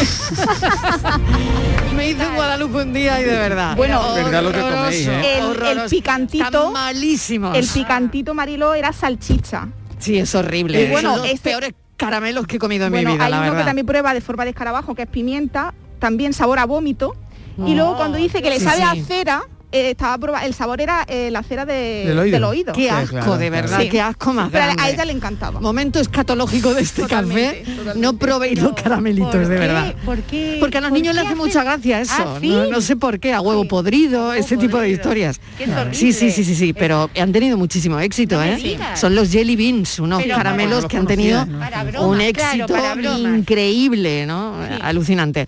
Speaker 11: me hice un Guadalupe un día y de verdad.
Speaker 12: Bueno,
Speaker 11: Verdad lo que
Speaker 12: horroroso,
Speaker 11: coméis, ¿eh?
Speaker 12: el- el,
Speaker 11: Horroroso.
Speaker 12: picantito,
Speaker 11: Están malísimos.
Speaker 12: el picantito Marilo era salchicha.
Speaker 11: Sí, es horrible.
Speaker 12: Y bueno,
Speaker 11: Eh, Son los
Speaker 12: este-
Speaker 11: peores caramelos que he comido en
Speaker 12: bueno,
Speaker 11: mi vida,
Speaker 12: hay
Speaker 11: la
Speaker 12: uno
Speaker 11: verdad.
Speaker 12: que también prueba de forma de escarabajo, que es pimienta, también sabor a vómito. y luego cuando dice que le
Speaker 11: Ah, Sí,
Speaker 12: sabe a
Speaker 11: sí.
Speaker 12: cera, eh, estaba proba- el sabor era eh, la cera de-
Speaker 11: Del oído.
Speaker 12: del oído.
Speaker 11: Qué Sí, asco, claro, de claro. verdad, qué asco más
Speaker 12: Pero a- a
Speaker 11: grande.
Speaker 12: ella le encantaba.
Speaker 11: Momento escatológico de este café. No probéis los caramelitos, de verdad. Porque a los niños les hace mucha gracia eso.
Speaker 35: Ah, ¿sí?
Speaker 11: no, no sé por qué, a huevo podrido, este tipo de historias.
Speaker 35: Qué horrible.
Speaker 11: Sí, sí, sí, sí, sí, pero han tenido muchísimo éxito,
Speaker 35: No me
Speaker 11: ¿eh?
Speaker 35: digas.
Speaker 11: Son los jelly beans, unos
Speaker 35: Pero para-
Speaker 11: caramelos
Speaker 35: Bueno,
Speaker 11: que han
Speaker 35: los
Speaker 11: tenido
Speaker 35: conocía, ¿no? Para
Speaker 11: un
Speaker 35: bromas, claro,
Speaker 11: éxito
Speaker 35: para bromas.
Speaker 11: increíble, ¿no? Alucinante.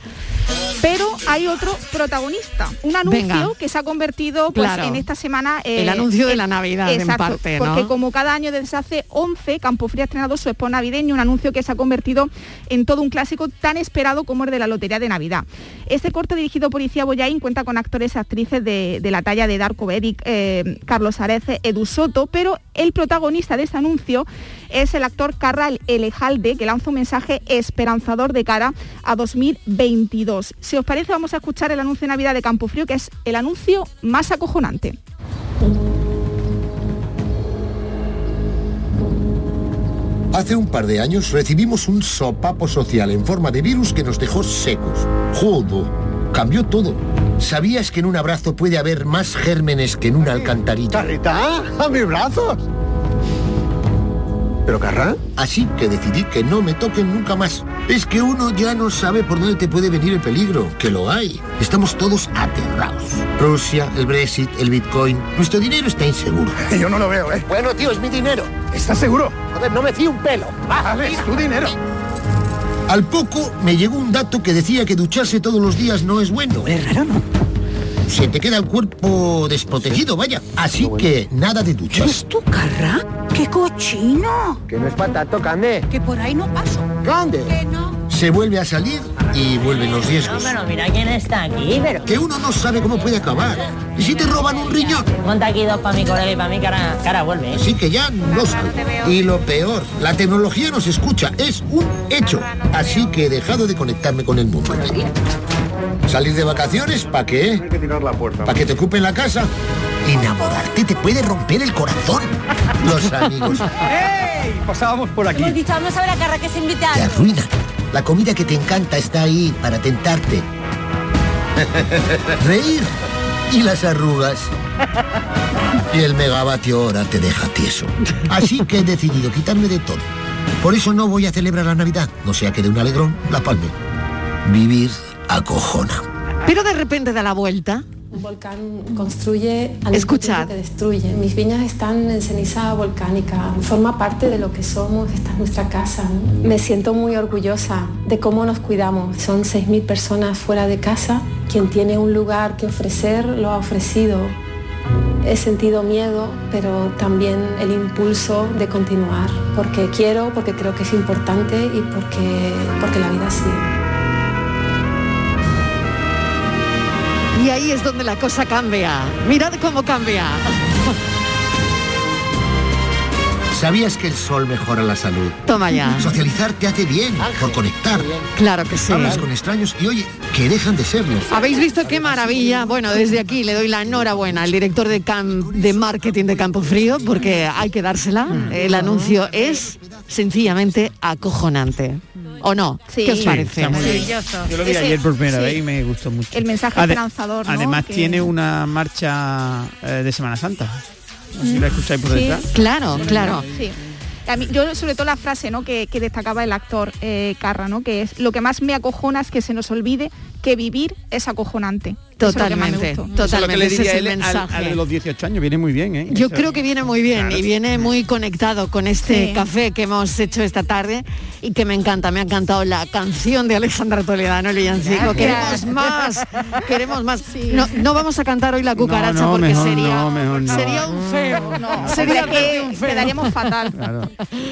Speaker 12: Pero hay otro protagonista, un anuncio
Speaker 11: Venga.
Speaker 12: que se ha convertido pues,
Speaker 11: Claro.
Speaker 12: en esta semana... eh,
Speaker 11: El anuncio de
Speaker 12: en-
Speaker 11: la Navidad, en
Speaker 12: Exacto,
Speaker 11: parte, ¿no?
Speaker 12: porque como cada año desde hace 11, Campofría ha estrenado su expo navideño, un anuncio que se ha convertido en todo un clásico tan esperado como el de la Lotería de Navidad. Este corte dirigido por Icía Boyain cuenta con actores y actrices de, de la talla de Darko Beric, eh, Carlos Arece, Edu Soto, pero el protagonista de este anuncio es el actor Carral Elejalde, que lanza un mensaje esperanzador de cara a 2022. Si os parece, vamos a escuchar el anuncio de Navidad de Campofrío, que es el anuncio más acojonante.
Speaker 28: Hace un par de años recibimos un sopapo social en forma de virus que nos dejó secos. Jodo, cambió todo. ¿Sabías que en un abrazo puede haber más gérmenes que en una alcantarilla? ¡Tarita! ¡A mis brazos! ¿Pero Carrá? Así que decidí que no me toquen nunca más. Es que uno ya no sabe por dónde te puede venir el peligro, que lo hay. Estamos todos aterrados. Rusia, el Brexit, el Bitcoin. Nuestro dinero está inseguro. Yo no lo veo, ¿eh? Bueno, tío, es mi dinero. ¿Estás seguro? Joder, no me fío un pelo. Vale, es tu dinero. Al poco me llegó un dato que decía que ducharse todos los días no es bueno. Es raro, ¿no? Se te queda el cuerpo desprotegido, vaya. Así que nada de duchas. ¿Es tu carra? ¡Qué cochino! Que no es patato, Cande. Que por ahí no paso. ¡Cande! Se vuelve a salir y vuelven los riesgos.
Speaker 23: mira quién está aquí, pero...
Speaker 28: Que uno no sabe cómo puede acabar. ¿Y si te roban un riñón?
Speaker 23: Monta aquí dos para mi colega y para mi cara, cara vuelve. ¿eh?
Speaker 28: Así que ya no estoy. Y lo peor, la tecnología nos escucha, es un hecho. Así que he dejado de conectarme con el mundo. ¿Salir de vacaciones? ¿Para qué? ¿Para que te ocupen la casa? Enamorarte te puede romper el corazón. Los amigos. Pasábamos por aquí.
Speaker 23: dicho, vamos a ver a Carra que se invita.
Speaker 28: Te arruina. La comida que te encanta está ahí para tentarte. Reír y las arrugas. Y el megavatio hora te deja tieso. Así que he decidido quitarme de todo. Por eso no voy a celebrar la Navidad, no sea que de un alegrón la palme. Vivir acojona.
Speaker 11: Pero de repente da la vuelta.
Speaker 7: Un volcán construye al mismo
Speaker 11: Escuchad.
Speaker 7: tiempo que destruye. Mis viñas están en ceniza volcánica, forma parte de lo que somos, esta es nuestra casa. ¿no? Me siento muy orgullosa de cómo nos cuidamos. Son 6.000 personas fuera de casa. Quien tiene un lugar que ofrecer, lo ha ofrecido. He sentido miedo, pero también el impulso de continuar, porque quiero, porque creo que es importante y porque, porque la vida sigue.
Speaker 11: Y ahí es donde la cosa cambia. Mirad cómo cambia.
Speaker 28: ¿Sabías que el sol mejora la salud?
Speaker 11: Toma ya.
Speaker 28: Socializar te hace bien, por conectar.
Speaker 11: Claro que sí.
Speaker 28: Hablas con extraños y oye, que dejan de serlo.
Speaker 11: ¿Habéis visto qué maravilla? Bueno, desde aquí le doy la enhorabuena al director de, cam- de marketing de Campo Frío porque hay que dársela. El anuncio es sencillamente acojonante. ¿O no? ¿Qué os
Speaker 16: Sí,
Speaker 11: parece?
Speaker 16: está muy bien. Yo lo vi ayer por primera vez y me gustó mucho.
Speaker 12: El mensaje esperanzador, ¿no?
Speaker 16: Además
Speaker 12: Que-
Speaker 16: tiene una marcha eh, de Semana Santa. Si la escucháis por
Speaker 12: Sí.
Speaker 16: detrás.
Speaker 11: Claro, claro.
Speaker 12: Sí. A mí- yo sobre todo la frase ¿no? que, que destacaba el actor eh, Carra, ¿no? que es lo que más me acojona es que se nos olvide que vivir es acojonante. Eso es lo que más me
Speaker 11: Totalmente,
Speaker 12: gustó.
Speaker 11: totalmente.
Speaker 16: Eso es lo que le
Speaker 11: ese
Speaker 16: diría
Speaker 11: es el
Speaker 16: él al-
Speaker 11: mensaje.
Speaker 16: al de los 18 años. Viene muy bien, ¿eh?
Speaker 11: Yo
Speaker 16: Eso.
Speaker 11: creo que viene muy bien
Speaker 16: Claro.
Speaker 11: y viene muy conectado con este
Speaker 16: Sí.
Speaker 11: café que hemos hecho esta tarde y que me encanta, me ha encantado la canción de Alejandra Toledano, el villancico.
Speaker 3: Gracias.
Speaker 11: Queremos más, queremos más. No, no vamos a cantar hoy la cucaracha
Speaker 16: no,
Speaker 11: porque
Speaker 16: mejor
Speaker 11: sería,
Speaker 16: no, mejor no.
Speaker 11: sería un feo.
Speaker 12: No,
Speaker 11: sería
Speaker 12: sería que
Speaker 11: un feo.
Speaker 12: quedaríamos fatal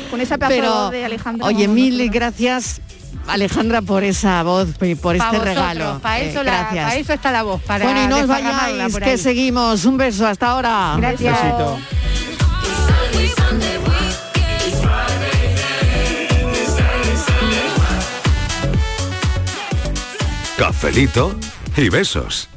Speaker 12: con esa pedazo
Speaker 11: Pero,
Speaker 12: de Alejandro.
Speaker 11: oye, mil gracias Alejandra por esa voz y por
Speaker 35: Pa'
Speaker 11: este
Speaker 35: vosotros,
Speaker 11: regalo.
Speaker 35: pa'
Speaker 11: Eh,
Speaker 35: eso la-
Speaker 11: gracias.
Speaker 35: pa' eso está la voz, para
Speaker 11: bueno, y no os
Speaker 35: desparramarla
Speaker 11: vayáis,
Speaker 35: por
Speaker 11: que
Speaker 35: ahí.
Speaker 11: seguimos. Un beso, hasta ahora.
Speaker 35: Gracias. Besito.
Speaker 31: Cafelito y besos.